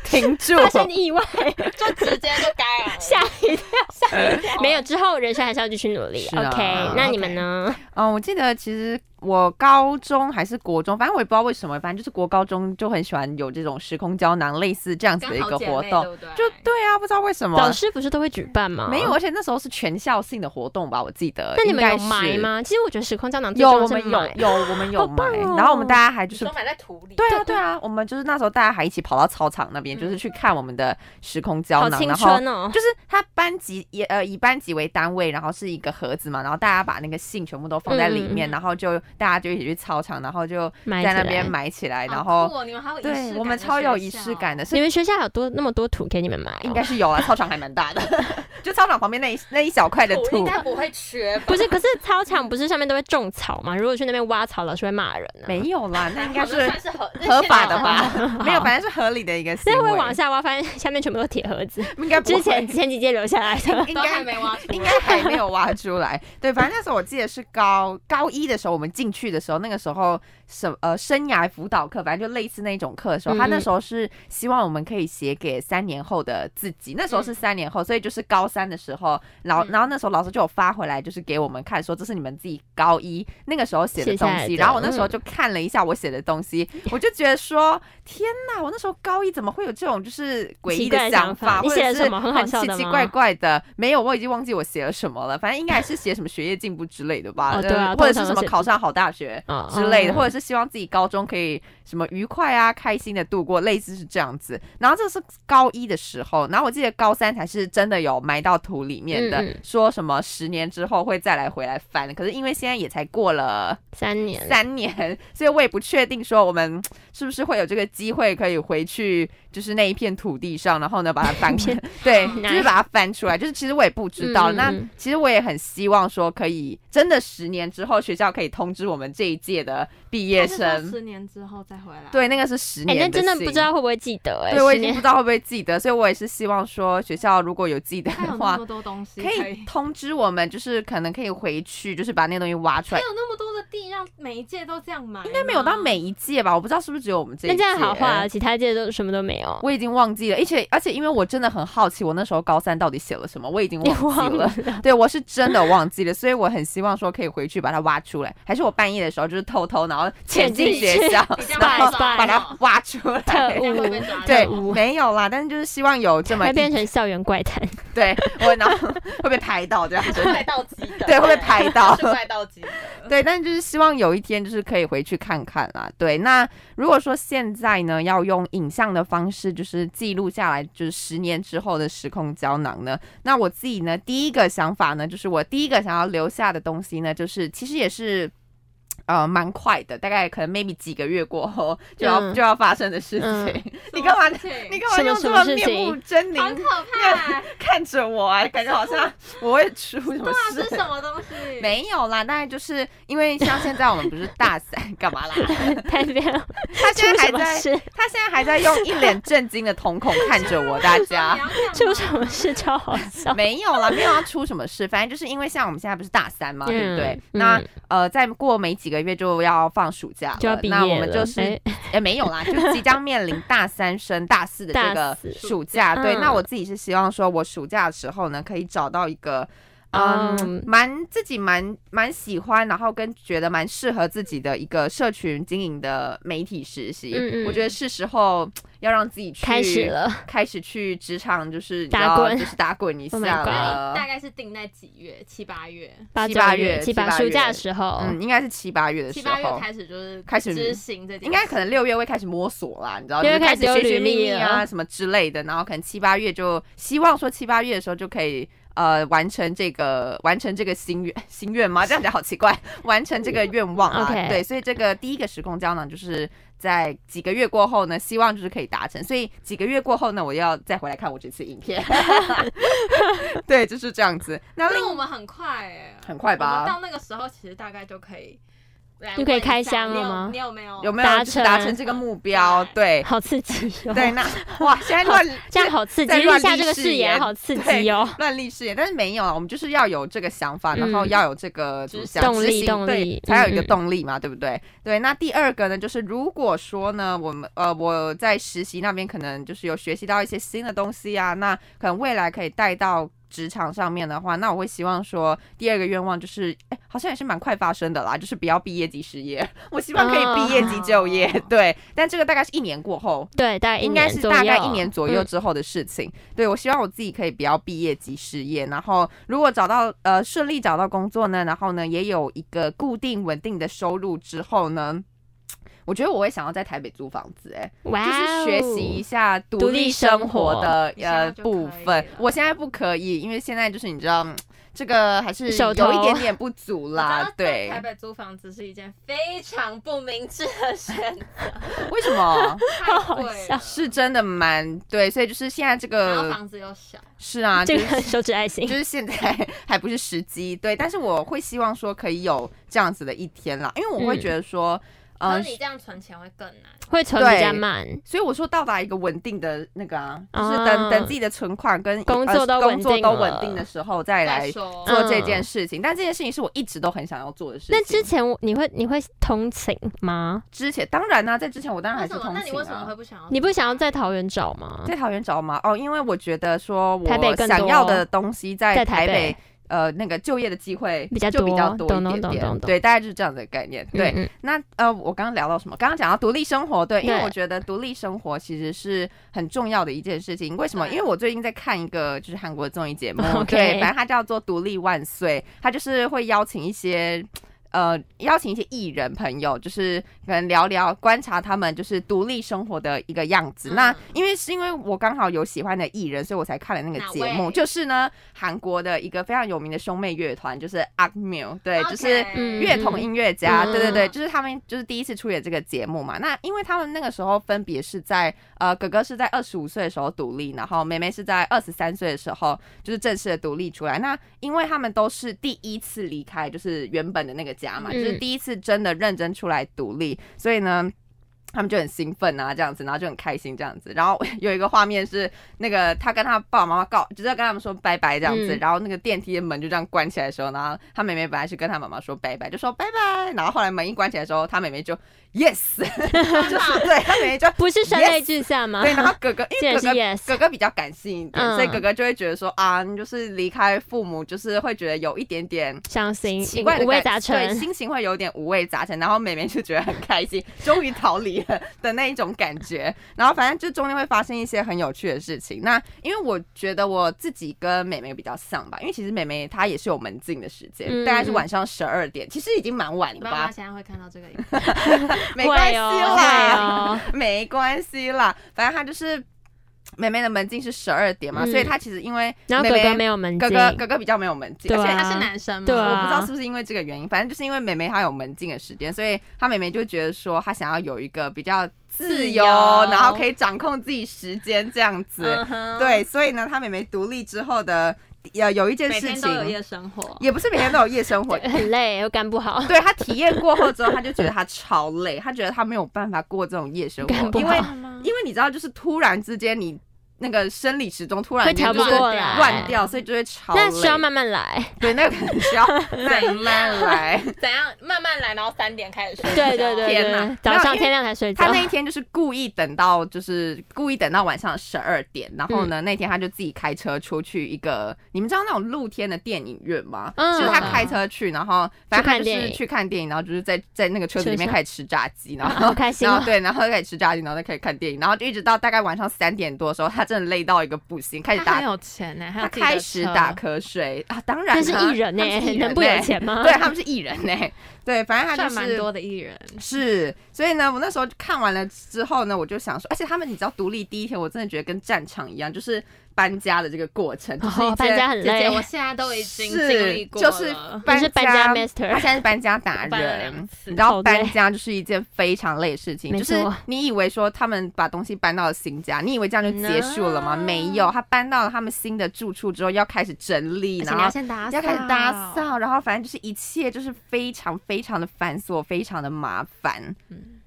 Speaker 2: 停住，
Speaker 3: 发生意外，
Speaker 1: 就直接就嘎了。
Speaker 3: 吓一跳， 没有之后人生还是要继续努力。
Speaker 2: 是啊
Speaker 3: OK，那你们
Speaker 1: OK
Speaker 3: 呢？
Speaker 2: 嗯，我记得其实我高中还是国中，反正我也不知道为什么，反正就是国高中就很喜欢有这种时空胶囊类似这样子
Speaker 1: 刚
Speaker 2: 的一
Speaker 1: 好
Speaker 2: 个
Speaker 1: 姐
Speaker 2: 活
Speaker 1: 妹
Speaker 2: 动，
Speaker 1: 对不对？
Speaker 2: 就对啊，不知道为什
Speaker 3: 老
Speaker 2: 么。
Speaker 3: 师不是都会举办吗？
Speaker 2: 没有，。而啊且那时候是全校性的活动吧，我记得。
Speaker 3: 那你们有
Speaker 2: 应该
Speaker 3: 埋
Speaker 2: 是？
Speaker 3: 吗？其实我觉得时空胶囊最
Speaker 2: 有，
Speaker 3: 重要
Speaker 2: 我
Speaker 3: 是
Speaker 2: 们有
Speaker 3: 埋。
Speaker 2: 有，我们有
Speaker 3: 好
Speaker 2: 埋
Speaker 3: 棒哦。
Speaker 2: 然后我们大家还就
Speaker 1: 你
Speaker 2: 是
Speaker 1: 说埋在土里，
Speaker 2: 对啊，对啊，我们就是那时候大家还一起跑到操场那边，
Speaker 1: 嗯
Speaker 2: 就是去看我们的时空胶
Speaker 3: 好
Speaker 2: 囊，
Speaker 3: 青
Speaker 2: 然后。
Speaker 3: 春哦！
Speaker 2: 就是它班级也呃以班级为单位，然后是一个盒子嘛，然后大家把那个信全部都放在里面，
Speaker 1: 嗯嗯
Speaker 2: 然后就大家就一起去操场，然后就
Speaker 3: 埋起
Speaker 2: 在
Speaker 3: 来
Speaker 2: 那边埋起来，啊然
Speaker 1: 好
Speaker 2: 后
Speaker 1: 酷哦你们还有仪式
Speaker 2: 对
Speaker 1: 感
Speaker 2: 我们
Speaker 1: 的
Speaker 2: 超有
Speaker 1: 学
Speaker 2: 仪
Speaker 1: 校
Speaker 2: 式感的，是
Speaker 3: 你们学校有多那么多土给你们埋哦、
Speaker 2: 应该是有啊，操场还蛮大的， 就操场旁边那一那一小块的
Speaker 1: 应
Speaker 2: 土，
Speaker 1: 该不会缺吧？
Speaker 3: 不是？可是操场不是上面都会种草吗？如果去那边挖草，老师会骂人啊。
Speaker 2: 没有啦， 那应该
Speaker 1: 好
Speaker 2: 是
Speaker 1: 像算是合
Speaker 2: 合法的？
Speaker 1: 那现在好像
Speaker 2: 吧？ 没有，反正是合理的一个行
Speaker 3: 那会
Speaker 2: 为，
Speaker 3: 往下挖，发现下面全部都铁盒子，
Speaker 2: 应该不会
Speaker 3: 之前前几届留下来 的。
Speaker 2: 应
Speaker 1: 都
Speaker 2: 该
Speaker 1: 还没挖出来
Speaker 2: 应该 还没有挖出来。对，反正那时候我记得是高高一的时候，我们进去的时候，那个时候什呃生涯辅导课，反正就类似那种课的时候，
Speaker 3: 嗯
Speaker 2: 他那时候是希望我们可以写给三年后的自己。那时候
Speaker 3: 嗯
Speaker 2: 是三年后，所以就是高三的时候，然后
Speaker 1: 嗯
Speaker 2: 然后那时候老师就有发回来，就是给我们看说这是你们自己高一那个时候写的
Speaker 3: 写下
Speaker 2: 东
Speaker 3: 来
Speaker 2: 西。
Speaker 3: 的
Speaker 2: 然后我那时候
Speaker 3: 嗯
Speaker 2: 就看了一下我写的东西，我就觉得说天哪，我那时候高一怎么会有这种就是诡异
Speaker 3: 奇怪的
Speaker 2: 想
Speaker 3: 想法你
Speaker 2: 或者
Speaker 3: 写了
Speaker 2: 是
Speaker 3: 什么很好笑
Speaker 2: 奇
Speaker 3: 的
Speaker 2: 奇
Speaker 3: 吗
Speaker 2: 怪怪的，没有，我已经忘记我写了什么了。反正应该是写什么学业进步之类的吧，
Speaker 3: 哦对啊
Speaker 2: 呃或者是
Speaker 3: 通常
Speaker 2: 什
Speaker 3: 都
Speaker 2: 么
Speaker 3: 写
Speaker 2: 考上好大学
Speaker 3: 哦
Speaker 2: 之类的，
Speaker 3: 哦
Speaker 2: 或者是希望自己高中可以什么愉快啊、开心的度过，类似是这样子。然后这是高一的时候，然后我记得高三才是真的有埋到土里面的，
Speaker 3: 嗯嗯
Speaker 2: 说什么十年之后会再来回来翻。可是因为现在也才过了
Speaker 3: 三年，
Speaker 2: 三年，所以我也不确定说我们是不是会有这个机会可以回去，就是那一片土地上，然后呢把 它翻
Speaker 3: 片，
Speaker 2: 对，
Speaker 3: 哪
Speaker 2: 就是把它翻出来。就是其实我也不知道，
Speaker 3: 嗯嗯
Speaker 2: 那
Speaker 3: 嗯
Speaker 2: 其实我也很希望说可以真的十年之后，学校可以通知我们这一届的毕业
Speaker 3: 哦
Speaker 2: 生。
Speaker 1: 十年之后再回来。
Speaker 2: 对，那个是十
Speaker 3: 哎、
Speaker 2: 年
Speaker 3: 那真的
Speaker 2: 信
Speaker 3: 不知道会不会记得哎、
Speaker 2: 对，我已
Speaker 3: 十
Speaker 2: 经
Speaker 3: 年
Speaker 2: 不知道会不会记得，所以我也是希望说学校如果有记得
Speaker 1: 它有
Speaker 2: 的
Speaker 1: 那
Speaker 3: 哎
Speaker 2: 话
Speaker 1: 么，多东西
Speaker 2: 可以。通知我们，就是可能可以回去，就是把那东西挖
Speaker 1: 还
Speaker 2: 出
Speaker 3: 哎
Speaker 2: 来。
Speaker 1: 有那么多的地，让每一届都这样买，应
Speaker 2: 应该没有到每一届吧，我不知道是不是只有我们这一
Speaker 3: 那
Speaker 2: 届。
Speaker 3: 这样好坏啊，其他届都什么都没有。
Speaker 2: 我已经忘记了，而且而且因为我真的很好奇，我那时候高三到底写了什么，我已经
Speaker 3: 你
Speaker 2: 忘记了。对，我是真的忘记了，所以我很希望说可以回去把它挖出来，还是我半夜的时候就是偷偷然后潜进
Speaker 3: 潜进去
Speaker 2: 学校，
Speaker 1: 比 较
Speaker 2: 然后
Speaker 1: 麻烦
Speaker 2: 把它挖出来。
Speaker 3: 特
Speaker 1: 这样会被
Speaker 3: 务
Speaker 1: 抓到
Speaker 2: 对
Speaker 3: 特务，
Speaker 2: 没有啦，但是就是希望有这么
Speaker 3: 会
Speaker 2: 一
Speaker 3: 变成校园怪谈，
Speaker 2: 对我，然后 会被拍到这样子，
Speaker 4: 怪盗级的，
Speaker 2: 对，会被拍到
Speaker 4: 是。怪盗级的。
Speaker 2: 对，但就是希望有一天就是可以回去看看啦。对，那如果说现在呢，要用影像的方式，就是记录下来，就是十年之后的时空胶囊呢，那我自己呢，第一个想法呢，就是我第一个想要留下的东西呢，就是其实也是。呃，蛮快的，大概可能 maybe 几个月过后就要、
Speaker 3: 嗯
Speaker 2: 就要发生的事情。
Speaker 3: 嗯
Speaker 2: 你干嘛？你
Speaker 1: 你
Speaker 2: 干嘛用
Speaker 3: 什
Speaker 2: 这
Speaker 3: 么
Speaker 2: 么
Speaker 3: 事
Speaker 2: 面
Speaker 3: 情
Speaker 2: 目狰狞
Speaker 1: 很可怕，
Speaker 2: 看着我、啊，感觉好像我会出什
Speaker 3: 啊
Speaker 2: 么
Speaker 1: 那
Speaker 2: 事
Speaker 1: 是。什么东西？
Speaker 2: 没有啦，大概就是因为像现在我们不是大三 干 嘛啦？
Speaker 3: 太变了，
Speaker 2: 他
Speaker 3: 出
Speaker 2: 现在
Speaker 3: 什
Speaker 2: 还
Speaker 3: 么
Speaker 2: 在，
Speaker 3: 事？
Speaker 2: 他现在还在用一脸震惊的瞳孔看着我，大
Speaker 1: 你
Speaker 2: 家。
Speaker 1: 要干嘛
Speaker 3: 出什么事超好笑。
Speaker 2: 没有啦，没有要出什么事，反正就是因为像我们现在不是大三嘛，对不对
Speaker 3: 嗯？
Speaker 2: 那
Speaker 3: 嗯
Speaker 2: 呃，再过没几个月就要放暑假了，
Speaker 3: 就要毕业
Speaker 2: 那我们
Speaker 3: 了
Speaker 2: 就是
Speaker 3: 哎
Speaker 2: 也没有啦，就即将面临大三升大四的这
Speaker 3: 大
Speaker 2: 个
Speaker 3: 四
Speaker 2: 暑假。
Speaker 3: 嗯
Speaker 2: 对，那我自己是希望说，我暑假的时候呢，可以找到一个。
Speaker 3: 嗯
Speaker 2: 嗯，蛮自己蛮蛮喜欢，然后跟觉得蛮适合自己的一个社群经营的媒体实习，
Speaker 3: 嗯嗯
Speaker 2: 我觉得是时候要让自己去
Speaker 3: 开始了，
Speaker 2: 开始去职场，就是你知
Speaker 3: 打
Speaker 2: 道
Speaker 3: 滚
Speaker 2: 就是打滚一
Speaker 3: Oh my
Speaker 2: 下
Speaker 3: god
Speaker 2: 了。
Speaker 1: 大概是定在几月？七八月，
Speaker 3: 八
Speaker 2: 七
Speaker 3: 九
Speaker 2: 八
Speaker 3: 月
Speaker 2: 月
Speaker 3: 七
Speaker 2: 七八
Speaker 3: 暑假
Speaker 2: 月
Speaker 3: 的时候，
Speaker 2: 嗯，应该是七八月的
Speaker 1: 七
Speaker 2: 时
Speaker 1: 八月
Speaker 2: 候，
Speaker 1: 开始就是
Speaker 2: 开始
Speaker 1: 执行这件事，
Speaker 2: 应该可能六月会开始摸索啦，你知道，就
Speaker 3: 六月
Speaker 2: 是
Speaker 3: 开
Speaker 2: 开
Speaker 3: 始
Speaker 2: 始
Speaker 3: 丢
Speaker 2: 寻
Speaker 3: 履
Speaker 2: 寻觅
Speaker 3: 历
Speaker 2: 觅
Speaker 3: 了
Speaker 2: 啊什么之类的，然后可能七八月就希望说七八月的时候就可以呃完成这个完成这个心愿 心愿吗？这样讲好奇怪，完成这个愿望啊
Speaker 3: OK
Speaker 2: 对，所以这个第一个时空胶囊就是。在几个月过后呢，希望就是可以达成。所以几个月过后呢，我要再回来看我这次影片。 对，就是这样子。那另
Speaker 1: 那我们很快哎、
Speaker 2: 很快吧
Speaker 1: 我们到那个时候其实大概就可以来问一下，
Speaker 3: 就可以开箱了吗
Speaker 1: 你有你有没有？
Speaker 2: 有没
Speaker 3: 达
Speaker 2: 有就是达
Speaker 3: 成
Speaker 2: 成这个目标？对
Speaker 3: 好刺激 哟！
Speaker 2: 对，那哇，现在乱
Speaker 3: 这样好刺激，
Speaker 2: 在
Speaker 3: 立
Speaker 2: 乱
Speaker 3: 下
Speaker 2: 立
Speaker 3: 这个
Speaker 2: 誓
Speaker 3: 誓言
Speaker 2: 言
Speaker 3: 好刺
Speaker 2: 对
Speaker 3: 激哦。
Speaker 2: 乱立誓言，但是没有啊，我们就是要有这个想法，
Speaker 3: 嗯
Speaker 2: 然后要有这个怎么讲
Speaker 3: 动力
Speaker 2: 执行
Speaker 3: 动
Speaker 2: 对
Speaker 3: 力
Speaker 2: 才有一个
Speaker 3: 嗯嗯
Speaker 2: 动力嘛，对不对？对，那第二个呢，就是如果说呢，我们呃我在实习那边可能就是有学习到一些新的东西啊，那可能未来可以带到。职场上面的话，那我会希望说，第二个愿望就是，哎、好像也是蛮快发生的啦，就是不要毕业即失业。我希望可以毕业即就业，
Speaker 3: 啊
Speaker 1: 哦
Speaker 2: 对。但这个大概是一年过后，
Speaker 3: 对，大概一
Speaker 2: 哎应该
Speaker 3: 年
Speaker 2: 是
Speaker 3: 左右，
Speaker 2: 大概一年左右
Speaker 3: 嗯
Speaker 2: 之后的事情。对我希望我自己可以不要毕业即失业，然后如果找到呃顺利找到工作呢，然后呢也有一个固定稳定的收入之后呢。我觉得我会想要在台北租房子、哎，
Speaker 3: 哇
Speaker 2: 就
Speaker 3: 哦，
Speaker 2: 是学习一下
Speaker 3: 独
Speaker 2: 独
Speaker 3: 立
Speaker 2: 立
Speaker 3: 生
Speaker 2: 生
Speaker 3: 活
Speaker 2: 活的
Speaker 1: 你现在
Speaker 2: 呃
Speaker 1: 就可以
Speaker 2: 部
Speaker 1: 了
Speaker 2: 分。我现在不可以，因为现在就是你知道，嗯这个还是
Speaker 3: 手
Speaker 2: 有一
Speaker 3: 头
Speaker 2: 点点不足
Speaker 1: 我知道
Speaker 2: 啦
Speaker 1: 在。
Speaker 2: 对
Speaker 1: 台，北租房子是一件非常不明智 的选择，
Speaker 2: 为什么？
Speaker 1: 太
Speaker 3: 好
Speaker 1: 贵
Speaker 3: 笑
Speaker 1: 了，
Speaker 2: 是真的蛮对，所以就是现在这
Speaker 1: 然后
Speaker 2: 个
Speaker 1: 房子又小，
Speaker 2: 是啊，
Speaker 3: 这
Speaker 2: 就是
Speaker 3: 个手指爱心
Speaker 2: 就，是现在 还不是时机，对，但是我会希望说可以有这样子的一天啦，因为我会觉得说，嗯、
Speaker 1: 可
Speaker 2: 呃
Speaker 1: 是，你这样存钱会更难。
Speaker 3: 会存比较
Speaker 2: 对
Speaker 3: 慢，
Speaker 2: 所以我说到达一个稳定的那个啊，就是
Speaker 3: 啊
Speaker 2: 等、等自己的存款跟
Speaker 3: 工作都
Speaker 2: 呃
Speaker 3: 稳定
Speaker 2: 工作都
Speaker 3: 了
Speaker 2: 稳定的时候再来
Speaker 1: 再
Speaker 2: 做
Speaker 1: 说，
Speaker 3: 嗯
Speaker 2: 这件事情，但这件事情是我一直都很想要做的事情。
Speaker 3: 那之前我你会你会通勤吗？
Speaker 2: 之前当然呢、在之前我当然还
Speaker 1: 为
Speaker 2: 是
Speaker 1: 什
Speaker 2: 通
Speaker 1: 么？
Speaker 2: 勤、啊。
Speaker 1: 那你为什么会不想要？
Speaker 3: 你不想要在桃园找吗？
Speaker 2: 在桃园找吗？哦，因为我觉得说
Speaker 3: 台北
Speaker 2: 我
Speaker 3: 更
Speaker 2: 想要
Speaker 3: 多
Speaker 2: 的东西在
Speaker 3: 在
Speaker 2: 台
Speaker 3: 台北
Speaker 2: 北，呃，那个就业的机会
Speaker 3: 比较
Speaker 2: 就比较多
Speaker 3: 多懂懂
Speaker 2: 一点
Speaker 3: 懂懂
Speaker 2: 点，
Speaker 3: 懂
Speaker 2: 对，大概就是这样的概念。对，
Speaker 3: 嗯，
Speaker 2: 那呃，我刚刚聊到什么？刚刚讲到独立生活，对，因为
Speaker 3: 对
Speaker 2: 我觉得独立生活其实是很重要的一件事情。为什么？
Speaker 1: 对
Speaker 2: 因为我最近在看一个就是韩国综艺节目
Speaker 3: OK
Speaker 2: 对，反正它叫做《独立万岁》，它就是会邀请一些。呃邀请一些艺人朋友，就是可能聊聊观察他们就是独立生活的一个样子。
Speaker 1: 嗯
Speaker 2: 那因为是因为我刚好有喜欢的艺人，所以我才看了那个节
Speaker 1: 哪
Speaker 2: 目，
Speaker 1: 位
Speaker 2: 就是呢韩国的一个非常有名的兄妹乐团，就是 a g m i l 对
Speaker 1: OK
Speaker 2: 就是
Speaker 3: 嗯
Speaker 2: 乐童音乐家，
Speaker 3: 嗯
Speaker 2: 对对对，
Speaker 1: 嗯
Speaker 2: 就是他们就是第一次出演这个节目嘛。那因为他们那个时候分别是在呃哥哥是在二十五岁的时候独立，然后妹妹是在二十三岁的时候就是正式的独立出来。那因为他们都是第一次离开就是原本的那个家嘛，
Speaker 3: 嗯
Speaker 2: 就是第一次真的认真出来独立，所以呢。他们就很兴奋啊，这样子，然后就很开心这样子。然后 有一个画面是那个他跟他爸爸妈妈告，就是要跟他们说拜拜这样子。
Speaker 3: 嗯
Speaker 2: 然后那个电梯的门就这样关起来的时候，然后他妹妹本来是跟他妈妈说拜拜，就说拜拜。然后后来门一关起来的时候，他妹妹就 yes，就是对他妹妹就
Speaker 3: 不是声泪俱下吗？
Speaker 2: 对。然后哥哥因
Speaker 3: 竟
Speaker 2: 为
Speaker 3: 然
Speaker 2: 哥
Speaker 3: 是
Speaker 2: 哥
Speaker 3: yes
Speaker 2: 哥哥比较感性一点，
Speaker 3: 嗯
Speaker 2: 所以哥哥就会觉得说啊，你就是离开父母，就是会觉得有一点点。
Speaker 3: 伤心，
Speaker 2: 奇怪的
Speaker 3: 五味
Speaker 2: 感
Speaker 3: 杂
Speaker 2: 对，
Speaker 3: 陈。
Speaker 2: 心情会有点五味杂陈。然后妹妹就觉得很开心，终于逃离了的那一种感觉。然后反正就中间会发生一些很有趣的事情。那因为我觉得我自己跟妹妹比较像吧，因为其实妹妹她也是有门禁的时间，
Speaker 3: 嗯
Speaker 2: 大概是晚上十二点，其实已经蛮晚
Speaker 1: 你
Speaker 2: 了
Speaker 1: 爸妈
Speaker 2: 吧？
Speaker 1: 现在会看到这个影片，
Speaker 2: 没关系啦，
Speaker 3: 会哦
Speaker 2: 没关系啦，反正她就是。妹妹的门禁是十二点嘛，
Speaker 3: 嗯
Speaker 2: 所以她其实因为
Speaker 3: 然后
Speaker 2: 妹
Speaker 3: 哥
Speaker 2: 妹
Speaker 3: 哥没有门
Speaker 2: 哥
Speaker 3: 禁，
Speaker 2: 哥哥哥比较没有门禁，
Speaker 3: 对
Speaker 2: 而
Speaker 1: 而
Speaker 2: 且
Speaker 1: 且
Speaker 3: 啊
Speaker 1: 他是男生嘛，
Speaker 3: 对啊
Speaker 2: 我不知道是不是因为这个原因，反正就是因为妹妹她有门禁的时间，所以她妹妹就觉得说她想要有一个比较自由，
Speaker 1: 自由
Speaker 2: 然后可以掌控自己时间这样子。
Speaker 1: 嗯哼，
Speaker 2: 对，所以呢，她妹妹独立之后的有有一件
Speaker 1: 每
Speaker 2: 事
Speaker 1: 天都有
Speaker 2: 情，
Speaker 1: 夜生活，
Speaker 2: 也不是每天都有夜生活。
Speaker 3: 很累又干不好，
Speaker 2: 对她体验过后之后，她就觉得她超累，她觉得她没有办法过这种夜生
Speaker 3: 干
Speaker 2: 活，
Speaker 3: 不
Speaker 2: 因
Speaker 3: 好
Speaker 2: 为
Speaker 1: 吗？
Speaker 2: 因为你知道，就是突然之间你那个生理时钟突然
Speaker 3: 会
Speaker 2: 间
Speaker 3: 调
Speaker 2: 就
Speaker 3: 不
Speaker 2: 是
Speaker 3: 过来，
Speaker 2: 乱掉，所以就会超累。
Speaker 3: 但需要慢慢 来。
Speaker 2: 对，那个可能需要慢慢来。
Speaker 1: 怎样慢慢来，然后三点开始睡，
Speaker 3: 对对对
Speaker 2: 天
Speaker 3: 对
Speaker 2: 哪，
Speaker 3: 早
Speaker 2: 没有因
Speaker 3: 上
Speaker 2: 为
Speaker 3: 天亮才睡觉
Speaker 2: 他。那一天就是故意等到，就是故意等到晚上十二点，然后
Speaker 3: 嗯
Speaker 2: 呢，那天他就自己开车出去一个，你们知道那种露天的电影院吗？
Speaker 3: 嗯
Speaker 2: 就是他开车去，然后反正他
Speaker 3: 去看
Speaker 2: 就
Speaker 3: 电
Speaker 2: 是
Speaker 3: 影
Speaker 2: 去看电影，然后就是在在那个车子里面
Speaker 3: 车上
Speaker 2: 开始吃炸鸡，然
Speaker 3: 好
Speaker 2: 后。
Speaker 3: 开心
Speaker 2: 然
Speaker 3: 哦
Speaker 2: 后！对，然后开始吃炸鸡，然后再开始看电影，然后就一直到大概晚上三点多的时候，他真的累到一个不行，开始
Speaker 1: 他
Speaker 2: 打
Speaker 1: 很，有钱
Speaker 3: 欸
Speaker 1: 呢，还有
Speaker 2: 他
Speaker 1: 自己的
Speaker 2: 开始
Speaker 1: 车
Speaker 2: 打瞌睡啊！当然啦，
Speaker 3: 但是艺 人呢、
Speaker 2: 他们是艺
Speaker 3: 能不有
Speaker 2: 欸？
Speaker 3: 钱吗？
Speaker 2: 对，他们是艺人呢、对，反正他
Speaker 1: 赚
Speaker 2: 就
Speaker 1: 蛮
Speaker 2: 是
Speaker 1: 多的艺人，
Speaker 2: 是，所以呢，我那时候看完了之后呢，我就想说，而且他们你知道独立第一天，我真的觉得跟战场一样，就是搬家的这个过程，就是一
Speaker 3: 哦，搬
Speaker 2: 件
Speaker 3: 家很
Speaker 1: 姐姐，
Speaker 3: 累
Speaker 1: 我，现在都已经经
Speaker 2: 是
Speaker 1: 历过了，
Speaker 2: 就是
Speaker 3: 你是搬家
Speaker 2: 他
Speaker 3: master，
Speaker 2: 现在是搬家达
Speaker 1: 我搬了两
Speaker 2: 人，
Speaker 1: 次
Speaker 2: 你知道
Speaker 3: 好累
Speaker 2: 搬家就是一件非常累的事情，
Speaker 3: 没
Speaker 2: 就是
Speaker 3: 错
Speaker 2: 你以为说他们把东西搬到了新家，你以为这样就结束了吗？
Speaker 1: No
Speaker 2: 没有，他搬到了他们新的住处之后，要开始整理，
Speaker 1: 而且
Speaker 2: 然
Speaker 1: 你要
Speaker 2: 后
Speaker 1: 先打扫，
Speaker 2: 要开始打，扫，然后反正就是一切就是非常非常的繁琐，非常的麻烦。
Speaker 1: 嗯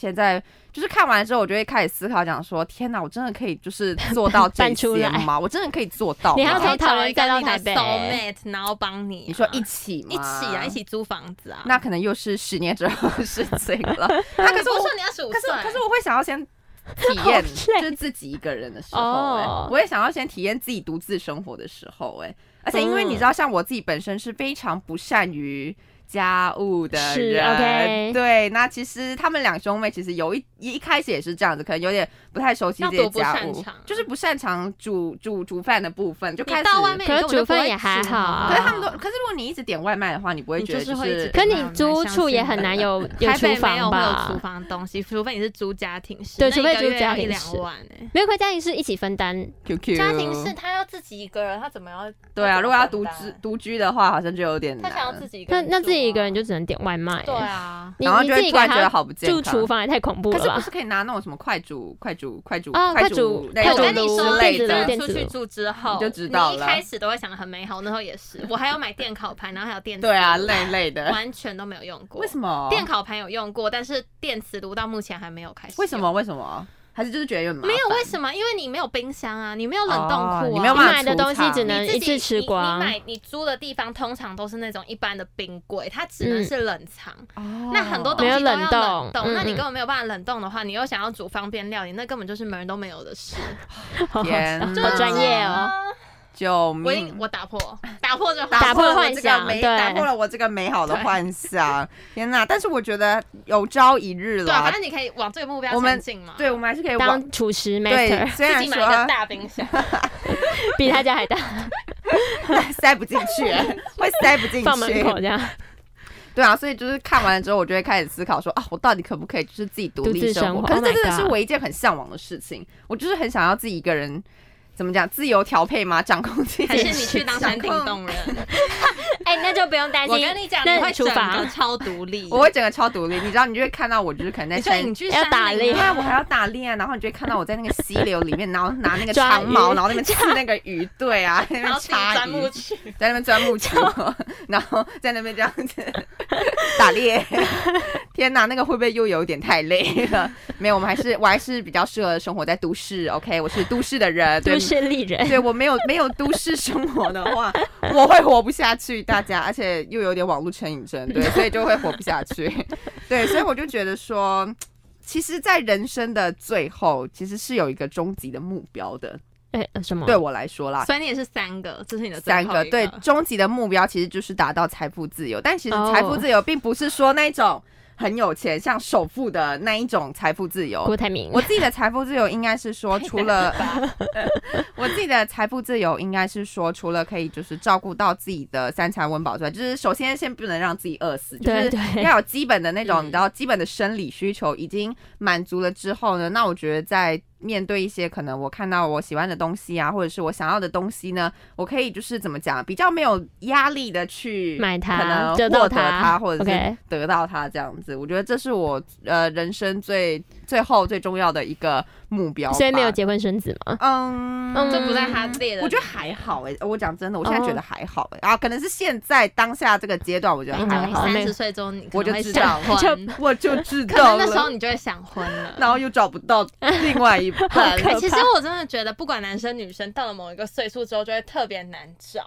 Speaker 2: 现在就是看完之后，我就会开始思考，讲说：天哪，我真的可以就是做到这
Speaker 3: 搬出
Speaker 2: 些
Speaker 3: 来
Speaker 2: 吗？我真的可以做到吗？
Speaker 3: 你还要
Speaker 1: 可以
Speaker 3: 从
Speaker 1: 找
Speaker 3: 桃园
Speaker 1: 一个
Speaker 3: 再到
Speaker 1: 你的
Speaker 3: 台北
Speaker 1: soulmate，然后帮你啊，
Speaker 2: 你说一起吗？
Speaker 1: 一起啊，一。起租房子啊，
Speaker 2: 那可能又是十年之后的事情了。那可
Speaker 1: 可
Speaker 2: 是
Speaker 1: 是
Speaker 2: 我
Speaker 1: 我说你二十五
Speaker 2: 可是
Speaker 1: 岁，
Speaker 2: 可是我会想要先体验，就是自己一个人的时候、哎、
Speaker 3: 哦
Speaker 2: 我也想要先体验自己独自生活的时候、哎，而且因为
Speaker 3: 嗯
Speaker 2: 你知道，像我自己本身是非常不善于。家务的
Speaker 3: 是
Speaker 2: 人
Speaker 3: ，OK
Speaker 2: 对，那其实他们两兄妹其实有一一一开始也是这样子，可能有点不太熟悉
Speaker 1: 要
Speaker 2: 这些
Speaker 1: 多不
Speaker 2: 家
Speaker 1: 擅
Speaker 2: 务
Speaker 1: 长，
Speaker 2: 就是不擅长煮煮煮饭的部分，就开
Speaker 1: 你
Speaker 2: 始。
Speaker 1: 到外面，
Speaker 3: 可是
Speaker 1: 你根本就
Speaker 3: 煮饭
Speaker 1: 不会
Speaker 3: 也还
Speaker 1: 煮
Speaker 3: 好啊
Speaker 2: 可是他们都，可是如果你一直点外卖的话，你不会
Speaker 1: 你
Speaker 2: 觉得
Speaker 1: 就是
Speaker 2: 就
Speaker 1: 会一直
Speaker 2: 是
Speaker 3: 可你租处也很难有有
Speaker 1: 台
Speaker 3: 厨
Speaker 1: 北没
Speaker 3: 房
Speaker 1: 有会有厨
Speaker 3: 吧？
Speaker 1: 房的东西，除非你是租家庭式，
Speaker 3: 对
Speaker 1: 那
Speaker 3: 除非
Speaker 1: 一个
Speaker 3: 租
Speaker 1: 月
Speaker 3: 家
Speaker 1: 要一
Speaker 3: 庭
Speaker 1: 两
Speaker 3: 式
Speaker 1: 万欸
Speaker 3: 没有，可是家庭是一起分担，
Speaker 2: QQ
Speaker 1: 家庭式他要自己一个人，他怎么要？
Speaker 2: 对
Speaker 1: 他怎
Speaker 2: 啊，
Speaker 1: 么
Speaker 2: 如果要
Speaker 1: 分
Speaker 2: 独
Speaker 1: 担
Speaker 2: 居独居的话，好像就有点
Speaker 1: 他
Speaker 2: 难。
Speaker 1: 想要自己一个
Speaker 3: 那
Speaker 1: 人
Speaker 3: 那自己一
Speaker 1: 住
Speaker 3: 个
Speaker 1: 啊
Speaker 3: 人就只能点外卖、
Speaker 1: 对啊，
Speaker 3: 你
Speaker 2: 然后
Speaker 3: 你
Speaker 2: 就
Speaker 3: 自
Speaker 2: 会
Speaker 3: 己一
Speaker 2: 突
Speaker 3: 个
Speaker 2: 然
Speaker 3: 人还
Speaker 2: 觉得
Speaker 3: 要
Speaker 2: 好不健
Speaker 3: 住
Speaker 2: 康。
Speaker 3: 厨房也太恐怖
Speaker 2: 可
Speaker 3: 了
Speaker 2: 是不
Speaker 3: 吧？
Speaker 2: 是可以拿那种什么快煮、快煮、快煮、
Speaker 3: 哦
Speaker 2: 快
Speaker 3: 啊快煮
Speaker 2: 那
Speaker 3: 快
Speaker 1: 我
Speaker 3: 煮
Speaker 2: 种
Speaker 1: 跟
Speaker 3: 炉
Speaker 1: 你
Speaker 2: 之
Speaker 1: 说，
Speaker 2: 类
Speaker 3: 电子
Speaker 2: 的
Speaker 3: 炉
Speaker 1: 真的出去住之后，
Speaker 2: 你就知道
Speaker 1: 你
Speaker 2: 了
Speaker 1: 一开始都会想的很美好，那时候也是，我还有买电烤盘，然后还有电磁
Speaker 2: 对啊，
Speaker 1: 炉
Speaker 2: 类类的。
Speaker 1: 完全都没有用过。
Speaker 2: 为什
Speaker 1: 么？
Speaker 2: 么？
Speaker 1: 电烤盘有用过，但是电磁炉到目前还没有开始。
Speaker 2: 为什？么？为什么？还是就是觉得有点麻
Speaker 1: 没有
Speaker 2: 烦
Speaker 1: 为什么？因为你没有冰箱啊，你没有冷冻库啊，
Speaker 2: 哦你没有
Speaker 3: 你
Speaker 2: 办法
Speaker 3: 买的东西只能
Speaker 1: 你自
Speaker 3: 一
Speaker 1: 己
Speaker 3: 次吃光
Speaker 1: 你。你买你租的地方通常都是那种一般的冰柜，它只能
Speaker 3: 嗯
Speaker 1: 是冷藏。
Speaker 2: 哦
Speaker 1: 那很多东
Speaker 3: 没
Speaker 1: 西
Speaker 3: 有
Speaker 1: 都要
Speaker 3: 冷
Speaker 1: 冷
Speaker 3: 冻嗯
Speaker 1: 那你
Speaker 3: 嗯
Speaker 1: 根本没有办法冷冻的话，你又想要煮方便料理，那根本就是门儿都没有的事。啊
Speaker 3: 好
Speaker 2: 天
Speaker 3: 好
Speaker 2: 哪
Speaker 3: 好专业哦！
Speaker 2: 救
Speaker 1: 我已经
Speaker 2: 命！
Speaker 1: 我打破， 打破这
Speaker 3: 打
Speaker 1: 话。
Speaker 3: 破
Speaker 2: 嗯破了我
Speaker 3: 幻
Speaker 2: 这
Speaker 3: 想
Speaker 2: 个美，
Speaker 3: 对
Speaker 2: 打破了我这个美好的幻想。天哪！但是我觉得有朝一日
Speaker 1: 对啊，
Speaker 2: 啦
Speaker 1: 反，正你可以往这个目标
Speaker 2: 我们
Speaker 1: 前进嘛。
Speaker 2: 对，我们还是可以往
Speaker 3: 当厨师
Speaker 2: 对，
Speaker 3: master
Speaker 2: 虽
Speaker 1: 自
Speaker 2: 然
Speaker 1: 己买一个
Speaker 2: 说
Speaker 1: 大冰 箱，
Speaker 3: 比他家还大，
Speaker 2: 塞不进去，会塞不进
Speaker 3: 放门
Speaker 2: 去
Speaker 3: 口。这样。
Speaker 2: 对啊，所以就是看完了之后，我就会开始思考说啊，我到底可不可以就是自己独
Speaker 3: 独
Speaker 2: 立
Speaker 3: 自
Speaker 2: 生
Speaker 3: 生
Speaker 2: 活？
Speaker 3: 活
Speaker 2: 可是
Speaker 3: Oh my
Speaker 2: 这真的是
Speaker 3: God
Speaker 2: 我一件很向往的事情，我就是很想要自己一个人，怎么讲，自由调配嘛，掌控自己。
Speaker 1: 还是你去当山顶
Speaker 2: 掌控
Speaker 1: 洞人？
Speaker 3: 哎、那就不用担
Speaker 1: 我
Speaker 3: 心
Speaker 1: 跟。你讲，
Speaker 3: 那
Speaker 1: 你会
Speaker 3: 厨
Speaker 1: 整个
Speaker 3: 房
Speaker 1: 超独立。
Speaker 2: 我会整个超独立，你知道，你就会看到我就是可能在
Speaker 1: 你说
Speaker 2: 山，
Speaker 1: 你去
Speaker 3: 要
Speaker 1: 山
Speaker 3: 打
Speaker 1: 林
Speaker 3: 猎
Speaker 2: 对
Speaker 1: 啊，
Speaker 2: 啊，我还要打猎啊，然后你就会看到我在那个溪流里面，然后拿那个
Speaker 3: 抓
Speaker 2: 长矛，
Speaker 3: 鱼
Speaker 2: 然后在那边刺那个鱼，对啊，在那
Speaker 1: 然
Speaker 2: 边
Speaker 1: 后自己
Speaker 2: 插
Speaker 1: 钻
Speaker 2: 鱼
Speaker 1: 木，取
Speaker 2: 在那边钻木取 火，然后在那边这样子打猎。天哪，那个会不会又有点太累了？ 没有，我们还是我还是比较适合生活在都市。OK，我是都市的人，对
Speaker 3: 都市丽人，
Speaker 2: 对我没有没有都市生活的话， 我会活不下去，大家，而且又有点网络成瘾症， 对，所以就会活不下去，对，所以我就觉得说，其实，在人生的最后，其实是有一个终极的目标的，
Speaker 3: 哎、呃什么？
Speaker 2: 对我来说啦。
Speaker 1: 所以你也是三个，这是你的最
Speaker 2: 啊三
Speaker 1: 后
Speaker 2: 个
Speaker 1: 一
Speaker 2: 对终极的目标其实就是达到财富自由，但其实财富
Speaker 3: 哦
Speaker 2: 自由并不是说那种很有钱像首富的那一种财富自由，
Speaker 3: 郭台铭，
Speaker 2: 我自己的财富自由应该是说，除 了 我自己的财富自由应该是说，除了可以就是照顾到自己的三餐温饱之外，就是首先先不能让自己饿死，就
Speaker 3: 对
Speaker 2: 是
Speaker 3: 对，
Speaker 2: 要有基本的那种，
Speaker 1: 嗯
Speaker 2: 你知道基本的生理需求已经满足了之后呢，那我觉得在面对一些可能我看到我喜欢的东西啊，或者是我想要的东西呢，我可以就是怎么讲，比较没有压力的去
Speaker 3: 买它
Speaker 2: 可能
Speaker 3: 得到
Speaker 2: 获得
Speaker 3: 它
Speaker 2: 它，或者是
Speaker 3: OK
Speaker 2: 得到它这样子。我觉得这是我呃人生最最后最重要的一个目标吧。
Speaker 3: 所以没有结婚生子嘛？
Speaker 2: 嗯，
Speaker 1: 个，哦这不在他列的。哦
Speaker 2: 我觉得还好哎、我讲真的，我现在觉得还好哎、啊，可能是现在当下这个阶段，我觉得
Speaker 3: 没
Speaker 2: 还
Speaker 3: 关
Speaker 2: 好
Speaker 3: 系。好
Speaker 1: 三
Speaker 3: 那
Speaker 1: 十
Speaker 3: 个
Speaker 1: 岁之后哎你可
Speaker 2: 我
Speaker 1: 能
Speaker 2: 就
Speaker 1: 会
Speaker 2: 知
Speaker 1: 想
Speaker 2: 道
Speaker 1: 婚，
Speaker 2: 我就知
Speaker 1: 可能
Speaker 2: 道了。
Speaker 1: 那时候你就会想婚 了。
Speaker 2: 然后又找不到另外一 半。
Speaker 1: 哎、其实我真的觉得，不管男生女生，到了某一个岁数之后，就会特别难找、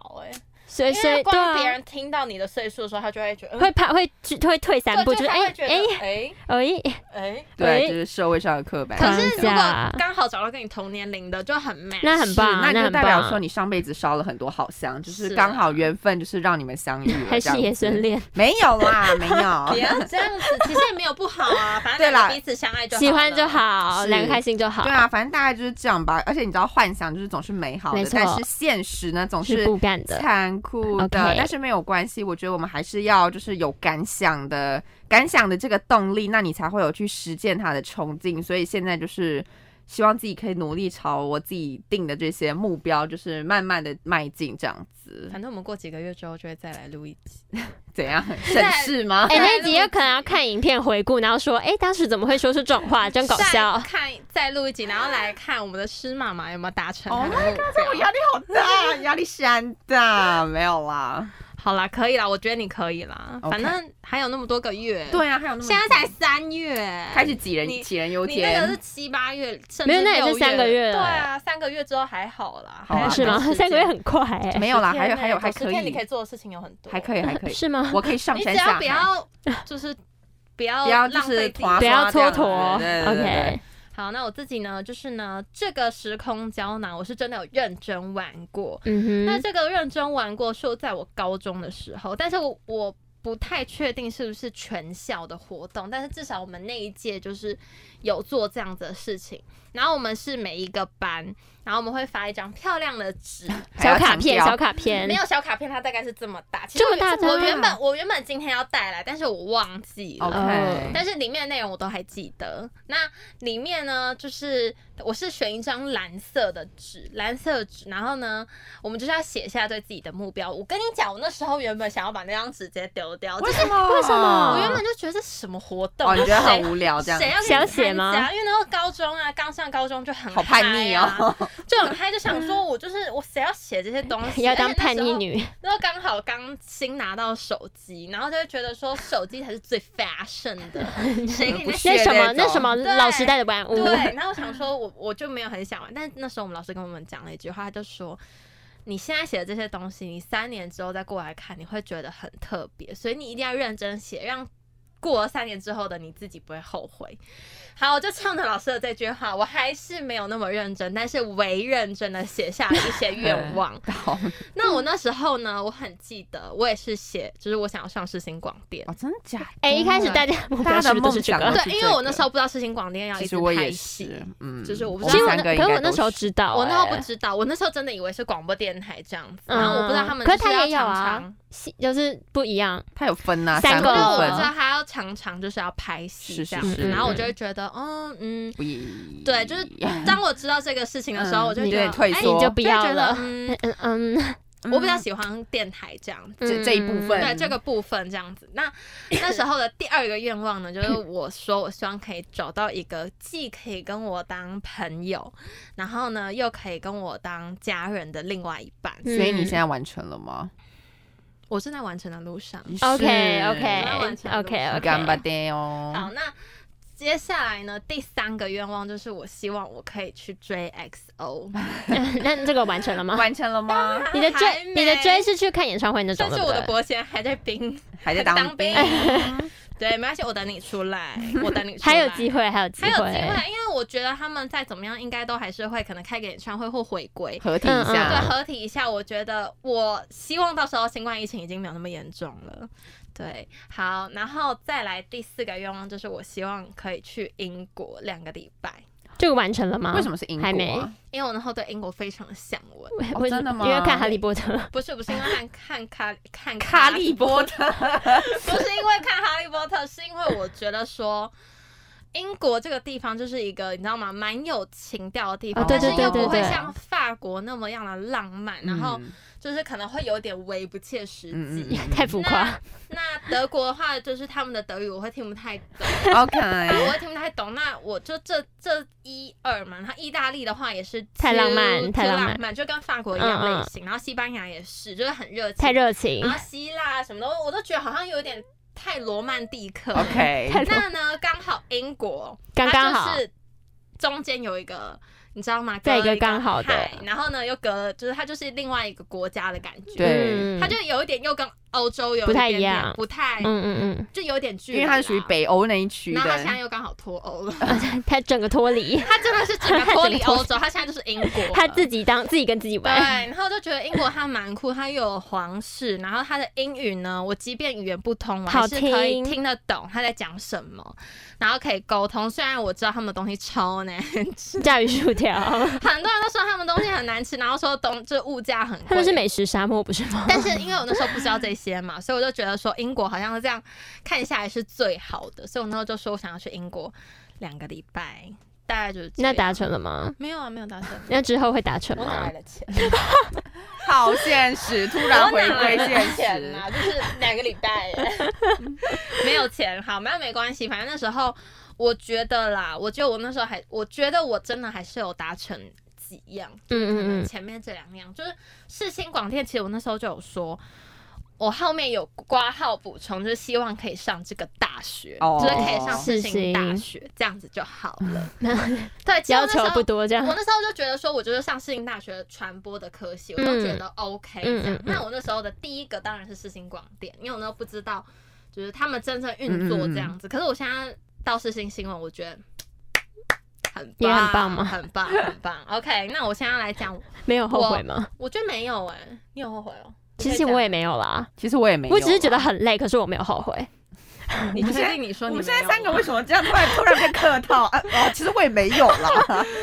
Speaker 3: 所
Speaker 1: 哎，
Speaker 3: 以
Speaker 1: 因
Speaker 3: 所以
Speaker 1: 为
Speaker 3: 对
Speaker 1: 光别
Speaker 3: 啊，
Speaker 1: 人听到你的岁数的时候，他就会觉得，嗯
Speaker 3: 会怕会会退三步，
Speaker 1: 对，就
Speaker 3: 就
Speaker 1: 是他
Speaker 3: 哎
Speaker 1: 会觉得
Speaker 3: 哎，
Speaker 1: 哎
Speaker 3: 哎，
Speaker 1: 哎。
Speaker 2: 对，
Speaker 3: 哎
Speaker 2: 就是社会上的刻板。
Speaker 1: 可是
Speaker 3: 框
Speaker 1: 如
Speaker 3: 架
Speaker 1: 果刚好找到跟你同年龄的，就很 match。
Speaker 3: 那很棒，
Speaker 2: 啊是那你就
Speaker 3: 很
Speaker 2: 代表说
Speaker 3: 棒，
Speaker 2: 你上辈子烧了很多好香，就是
Speaker 1: 是啊
Speaker 2: 刚好缘分，就是让你们相遇了。
Speaker 3: 还
Speaker 2: 这样
Speaker 3: 是
Speaker 2: 子
Speaker 3: 爷孙恋，
Speaker 2: 没有啦，没
Speaker 1: 不
Speaker 2: 有。
Speaker 1: 要这样子，其实也没有不好啊，反
Speaker 2: 对
Speaker 1: 正
Speaker 2: 啦
Speaker 1: 两个彼此相爱就好了
Speaker 3: 喜欢就。好，
Speaker 2: 是
Speaker 3: 两个开心就好
Speaker 2: 对，啊，反正大概就是这样吧。而且你知道，幻想就是总是美好的
Speaker 3: 没，错
Speaker 2: 但是现实呢总
Speaker 3: 是
Speaker 2: 是
Speaker 3: 不干的。
Speaker 2: 残酷的。
Speaker 3: OK
Speaker 2: 但是没有关系，我觉得我们还是要就是有感想的，感想的这个动力，那你才会有去实践它的冲劲。所以现在就是希望自己可以努力朝我自己定的这些目标，就是慢慢的迈进，这样子
Speaker 1: 反正我们过几个月之后就会再来录一集。
Speaker 2: 怎样？省事吗？
Speaker 3: 哎，
Speaker 1: 对
Speaker 3: 那一集有可能要看影片回顾，然后说，哎，当时怎么会说出这种 话，真搞笑
Speaker 1: 再。看再录一集，然后来看我们的诗妈妈有没有达成她的
Speaker 2: Oh
Speaker 1: 目
Speaker 2: my
Speaker 1: 标。
Speaker 2: 我压力好大，啊压力山大，没有啦。
Speaker 1: 好啦，可以啦，我觉得你可以啦。
Speaker 2: OK
Speaker 1: 反正还有那么多个月，，
Speaker 2: 对啊，还有那么
Speaker 1: 现在才三月，
Speaker 2: 开始杞人
Speaker 1: 你
Speaker 2: 杞人忧
Speaker 1: 你那个是
Speaker 2: 天。
Speaker 1: 七八月，甚至
Speaker 3: 没有那也是
Speaker 1: 六
Speaker 3: 三个月
Speaker 1: 对啊，三个月之后还好啦，
Speaker 2: 好啊
Speaker 1: 还有
Speaker 3: 是吗？
Speaker 1: 很多时间
Speaker 3: 三个月很快哎，
Speaker 2: 没有啦，还有
Speaker 1: 十天
Speaker 2: 还有
Speaker 1: 欸
Speaker 2: 还
Speaker 1: 九
Speaker 2: 可
Speaker 1: 十天你
Speaker 2: 以
Speaker 1: 可，以做的事情有很多，
Speaker 2: 还可以还可以，
Speaker 3: 是吗？
Speaker 2: 我可以上
Speaker 1: 你
Speaker 2: 山
Speaker 1: 只
Speaker 2: 下
Speaker 1: 要
Speaker 2: 海。
Speaker 1: 不要就是 不要
Speaker 2: 不要就
Speaker 1: 浪
Speaker 2: 是
Speaker 1: 费自己
Speaker 2: 划
Speaker 3: 不要
Speaker 2: 这样
Speaker 3: 蹉
Speaker 2: 子
Speaker 3: 跎
Speaker 2: 对对对对
Speaker 3: ，OK，
Speaker 1: 好，那我自己呢，就是呢，这个时空胶囊我是真的有认真玩过。
Speaker 3: 嗯
Speaker 1: 那
Speaker 3: 哼，
Speaker 1: 这个认真玩过是在我高中的时候，但是我我不太确定是不是全校的活动，但是至少我们那一届就是有做这样子的事情。然后我们是每一个班，然后我们会发一张漂亮的纸，
Speaker 2: 还要
Speaker 3: 小卡
Speaker 2: 强
Speaker 3: 片，
Speaker 2: 调
Speaker 3: 小卡片
Speaker 1: 没，有小卡片，它大概是这么大。其实
Speaker 3: 这么
Speaker 1: 我
Speaker 3: 大
Speaker 1: 我
Speaker 3: 张
Speaker 1: 原
Speaker 3: 啊
Speaker 1: 本我原本今天要带来，但是我忘记了。
Speaker 2: OK，
Speaker 1: 但是里面的内容我都还记得。那里面呢，就是我是选一张蓝色的纸，蓝色的纸，然后呢，我们就是要写下对自己的目标。我跟你讲，我那时候原本想要把那张纸直接丢掉，就是
Speaker 2: 么？为什
Speaker 1: 我
Speaker 2: 么
Speaker 1: 原本就觉得这是什么活动，
Speaker 2: 哦哦，你觉得
Speaker 1: 谁
Speaker 2: 很无聊这样
Speaker 1: 谁？要跟你
Speaker 3: 想写
Speaker 1: 参
Speaker 3: 吗
Speaker 1: 加因为那时候高中啊，刚上高中就很
Speaker 2: 好叛逆
Speaker 1: 嗨啊，
Speaker 2: 哦！
Speaker 1: 就很嗨，就想说我就是我谁要写这些东西，
Speaker 3: 要
Speaker 1: 而且
Speaker 3: 当
Speaker 1: 那
Speaker 3: 叛
Speaker 1: 时
Speaker 3: 逆
Speaker 1: 候
Speaker 3: 女，
Speaker 1: 那时候刚好刚新拿到手机，然后就会觉得说手机才是最 fashion 的，谁给
Speaker 2: 不
Speaker 1: 你
Speaker 2: 屑
Speaker 3: 那什么
Speaker 2: 那
Speaker 3: 那
Speaker 2: 种
Speaker 3: 什么
Speaker 1: 对
Speaker 3: 老时代的玩物，
Speaker 1: 对，然后我想说我，我就没有很想玩，但是那时候我们老师跟我们讲了一句话，他就说，你现在写的这些东西，你三年之后再过来看，你会觉得很特别，所以你一定要认真写，让过了三年之后的你自己不会后悔。好，我就唱着老师的这句话，我还是没有那么认真，但是为认真的写下了一些愿望。
Speaker 2: 好
Speaker 1: 那
Speaker 2: 嗯
Speaker 1: 我那时候呢，我很记得，我也是写，就是我想要上世新广电。
Speaker 2: 哦，真的假的？
Speaker 3: 哎、一开始大家目
Speaker 2: 嗯
Speaker 3: 标
Speaker 2: 大家的
Speaker 3: 是不是都是这
Speaker 2: 梦想啊
Speaker 3: 个
Speaker 2: 都？
Speaker 1: 对，因为我那时候不知道世新广电要
Speaker 2: 其
Speaker 1: 一
Speaker 2: 实
Speaker 1: 直
Speaker 2: 我
Speaker 1: 拍
Speaker 2: 也
Speaker 1: 戏
Speaker 2: 是，，哦嗯，
Speaker 1: 就是我不知道
Speaker 3: 其实我
Speaker 2: 三
Speaker 3: 那
Speaker 2: 个应
Speaker 3: 可是
Speaker 2: 该
Speaker 3: 我那
Speaker 2: 都
Speaker 3: 时候
Speaker 2: 是
Speaker 3: 知道、
Speaker 1: 我那时候
Speaker 3: 哎
Speaker 1: 不知道，我那时候真的以为是广播电台这样子，
Speaker 3: 嗯
Speaker 1: 然后我不知道他们
Speaker 3: 可
Speaker 1: 就是是
Speaker 3: 他
Speaker 1: 要
Speaker 3: 也有
Speaker 1: 常常
Speaker 3: 啊，，戏就是不一样。
Speaker 2: 它有分呐，
Speaker 3: 三
Speaker 2: 三
Speaker 3: 个
Speaker 1: 就是
Speaker 2: 部
Speaker 1: 我知
Speaker 2: 分
Speaker 1: 道他要常常就是要拍戏
Speaker 2: 是
Speaker 1: 这
Speaker 2: 是
Speaker 1: 样子，
Speaker 2: 是，
Speaker 1: 然后我就会觉得，哦，嗯，
Speaker 2: 不
Speaker 1: 对就是当我知道这个事情的时候，
Speaker 2: 嗯
Speaker 1: 我就
Speaker 2: 你
Speaker 1: 觉
Speaker 2: 有
Speaker 1: 得
Speaker 2: 点退
Speaker 1: 哎
Speaker 2: 缩
Speaker 1: 就
Speaker 3: 你就不
Speaker 1: 会觉
Speaker 3: 要
Speaker 1: 得
Speaker 3: 了。
Speaker 1: 嗯，
Speaker 3: 嗯嗯，嗯
Speaker 1: 我比较喜欢电台这样子。
Speaker 2: 这这一部分
Speaker 1: 对这个部分这样子，那那时候的第二个愿望呢，就是我说我希望可以找到一个既可以跟我当朋友，然后呢又可以跟我当家人的另外一半。
Speaker 3: 嗯
Speaker 2: 所以你现在完成了吗
Speaker 1: 我正在完成的路上。
Speaker 3: OK
Speaker 1: 慢慢
Speaker 3: OK
Speaker 1: 才
Speaker 3: OK
Speaker 1: 能
Speaker 3: OK，
Speaker 2: 干巴爹哦
Speaker 1: 好，，那接下来呢，第三个愿望就是我希望我可以去追 XO，
Speaker 3: 那这个完成了吗？
Speaker 2: 完成了吗？
Speaker 3: 你的
Speaker 1: 还
Speaker 3: 追
Speaker 1: 没
Speaker 3: 你的追是去看演唱会那种
Speaker 1: 但
Speaker 3: 的，
Speaker 1: 是我的
Speaker 3: 对不对
Speaker 1: 伯贤还在冰，
Speaker 2: 还在
Speaker 1: 当
Speaker 2: 当
Speaker 1: 兵 对，没关系，我等你出来，我等你出来。
Speaker 3: 还有机会，还有机
Speaker 1: 还有机会，因为我觉得他们再怎么样，应该都还是会可能开个演唱会或回归。
Speaker 2: 合体一
Speaker 1: 对，
Speaker 3: 嗯
Speaker 2: 下，
Speaker 1: 合体一下，我觉得我希望到时候新冠疫情已经没有那么严重了。对，好，然后再来第四个愿望就是我希望可以去英国两个礼拜，
Speaker 3: 这个完成了吗？
Speaker 2: 为什么是英国啊？
Speaker 3: 嗯还没
Speaker 1: 因为我那时候对英国非常的向往。
Speaker 3: 为？
Speaker 2: 哦
Speaker 3: 为什
Speaker 2: 真的吗
Speaker 3: 因为看《哈利波特》
Speaker 1: 不是不是因为看看卡看
Speaker 2: 哈利波特，
Speaker 1: 不是因为看哈利波特，是因为我觉得说。英国这个地方就是一个你知道吗？蛮有情调的地方，
Speaker 2: 哦对
Speaker 1: 但是又
Speaker 2: 对对
Speaker 1: 不会
Speaker 2: 对
Speaker 1: 像法国那么样的浪漫，然后
Speaker 3: 嗯
Speaker 2: 嗯
Speaker 1: 就是可能会有点微不切实际。
Speaker 3: 太浮夸，
Speaker 1: 那德国的话，就是他们的德语我会听不太 懂，
Speaker 2: OK，
Speaker 1: 我会听不太懂。那我就这这一二嘛，然后意大利的话也是
Speaker 3: 太浪漫
Speaker 1: too-
Speaker 3: 太
Speaker 1: too
Speaker 3: 浪漫
Speaker 1: 浪漫，就跟法国一样
Speaker 3: 嗯嗯
Speaker 1: 类型。然后西班牙也是，就是很热情，
Speaker 3: 太热情
Speaker 1: 然，后希腊什么的，我都觉得好像有点太罗曼蒂克了。
Speaker 2: OK，
Speaker 3: 太
Speaker 1: 那呢，刚好英国
Speaker 3: 刚刚好
Speaker 1: 它就。是中间有一个，你知道吗？
Speaker 3: 在一
Speaker 1: 隔了
Speaker 3: 个刚好的
Speaker 1: 海，然后呢又隔了，就是它就是另外一个国家的感觉。
Speaker 2: 对
Speaker 3: 嗯
Speaker 1: 它就有一点又跟欧洲有
Speaker 3: 不太
Speaker 1: 一点
Speaker 3: 一
Speaker 1: 点
Speaker 3: 样
Speaker 1: 不太，
Speaker 3: 嗯嗯
Speaker 1: 就有点距
Speaker 2: 因
Speaker 1: 离啦，
Speaker 2: 为它是属于北欧那一区的
Speaker 1: 啊然后它现在又刚好脱欧了，
Speaker 3: 嗯， 他整个脱离，
Speaker 1: 它真的是整 个脱离欧洲，它现在就是英国了，
Speaker 3: 他自己当自己跟自己
Speaker 1: 对，
Speaker 3: 玩，
Speaker 1: 然后就觉得英国它蛮酷，它又有皇室，然后它的英语呢，我即便语言不通，我还
Speaker 3: 好
Speaker 1: 是可以
Speaker 3: 听
Speaker 1: 听得懂他在讲什么，然后可以沟通。虽然我知道他们的东西超难吃，
Speaker 3: 炸鱼薯条，
Speaker 1: 很多人都说他们东西很难吃，然后说东这物价很贵，
Speaker 3: 他们是美食沙漠不是吗？
Speaker 1: 但是啊因为我那时候不知道这些嘛，所以我就觉得说英国好像是这样看下来是最好的，所以我那时候就说我想要去英国两个礼拜，大概就是这
Speaker 3: 那
Speaker 1: 样
Speaker 3: 达成了吗？
Speaker 1: 没有啊，没有打算，
Speaker 3: 那之后会达成
Speaker 4: 我哪
Speaker 3: 吗
Speaker 4: 来？的钱？
Speaker 2: 好现实，突然回归现
Speaker 4: 钱
Speaker 2: 实
Speaker 1: 啊
Speaker 4: 呐，。就是两个礼拜耶。
Speaker 1: 没有钱，好，那没关系，反正那时候我觉得啦，我觉得我那时候还，我觉得我真的还是有达成几样，
Speaker 3: 嗯嗯嗯
Speaker 1: 前面这两样，就是世新广电，其实我那时候就有说。我后面有挂号补充，就是希望可以上这个大学
Speaker 2: 哦
Speaker 1: 就是可以上世
Speaker 3: 世
Speaker 1: 新
Speaker 3: 新
Speaker 1: 大学，这样子就好 了。对，其实
Speaker 3: 要
Speaker 1: 我那时
Speaker 3: 求
Speaker 1: 候
Speaker 3: 不多这样
Speaker 1: 我，那时候就觉得说，我就是上世新大学传播的科系，我都觉得 OK 这
Speaker 3: 嗯
Speaker 1: 样。
Speaker 3: 嗯嗯
Speaker 1: 那我那时候的第一个当然是世新广电，因为我那时候不知道，就是他们真正
Speaker 3: 嗯
Speaker 1: 运作这样子。可是我现在到世新新闻，我觉得。很棒，
Speaker 3: 也很棒吗
Speaker 1: 很棒，很棒。OK，那我现在来讲，
Speaker 3: 没有后悔吗？
Speaker 1: 我觉得没有哎、你有后悔哦？
Speaker 3: 其实我也没有啦，
Speaker 2: 其实我也没有啊，
Speaker 3: 我只是觉得很累，可是我没有后悔。
Speaker 1: 你
Speaker 2: 们
Speaker 1: 确
Speaker 2: 现在
Speaker 1: 定你说
Speaker 2: 我
Speaker 1: 你
Speaker 2: 们现
Speaker 1: 没
Speaker 2: 在
Speaker 1: 有
Speaker 2: 三个
Speaker 3: 啊
Speaker 1: 吗
Speaker 2: 为什么这样突然突然被客套啊？ 哦，其实我也没有啦，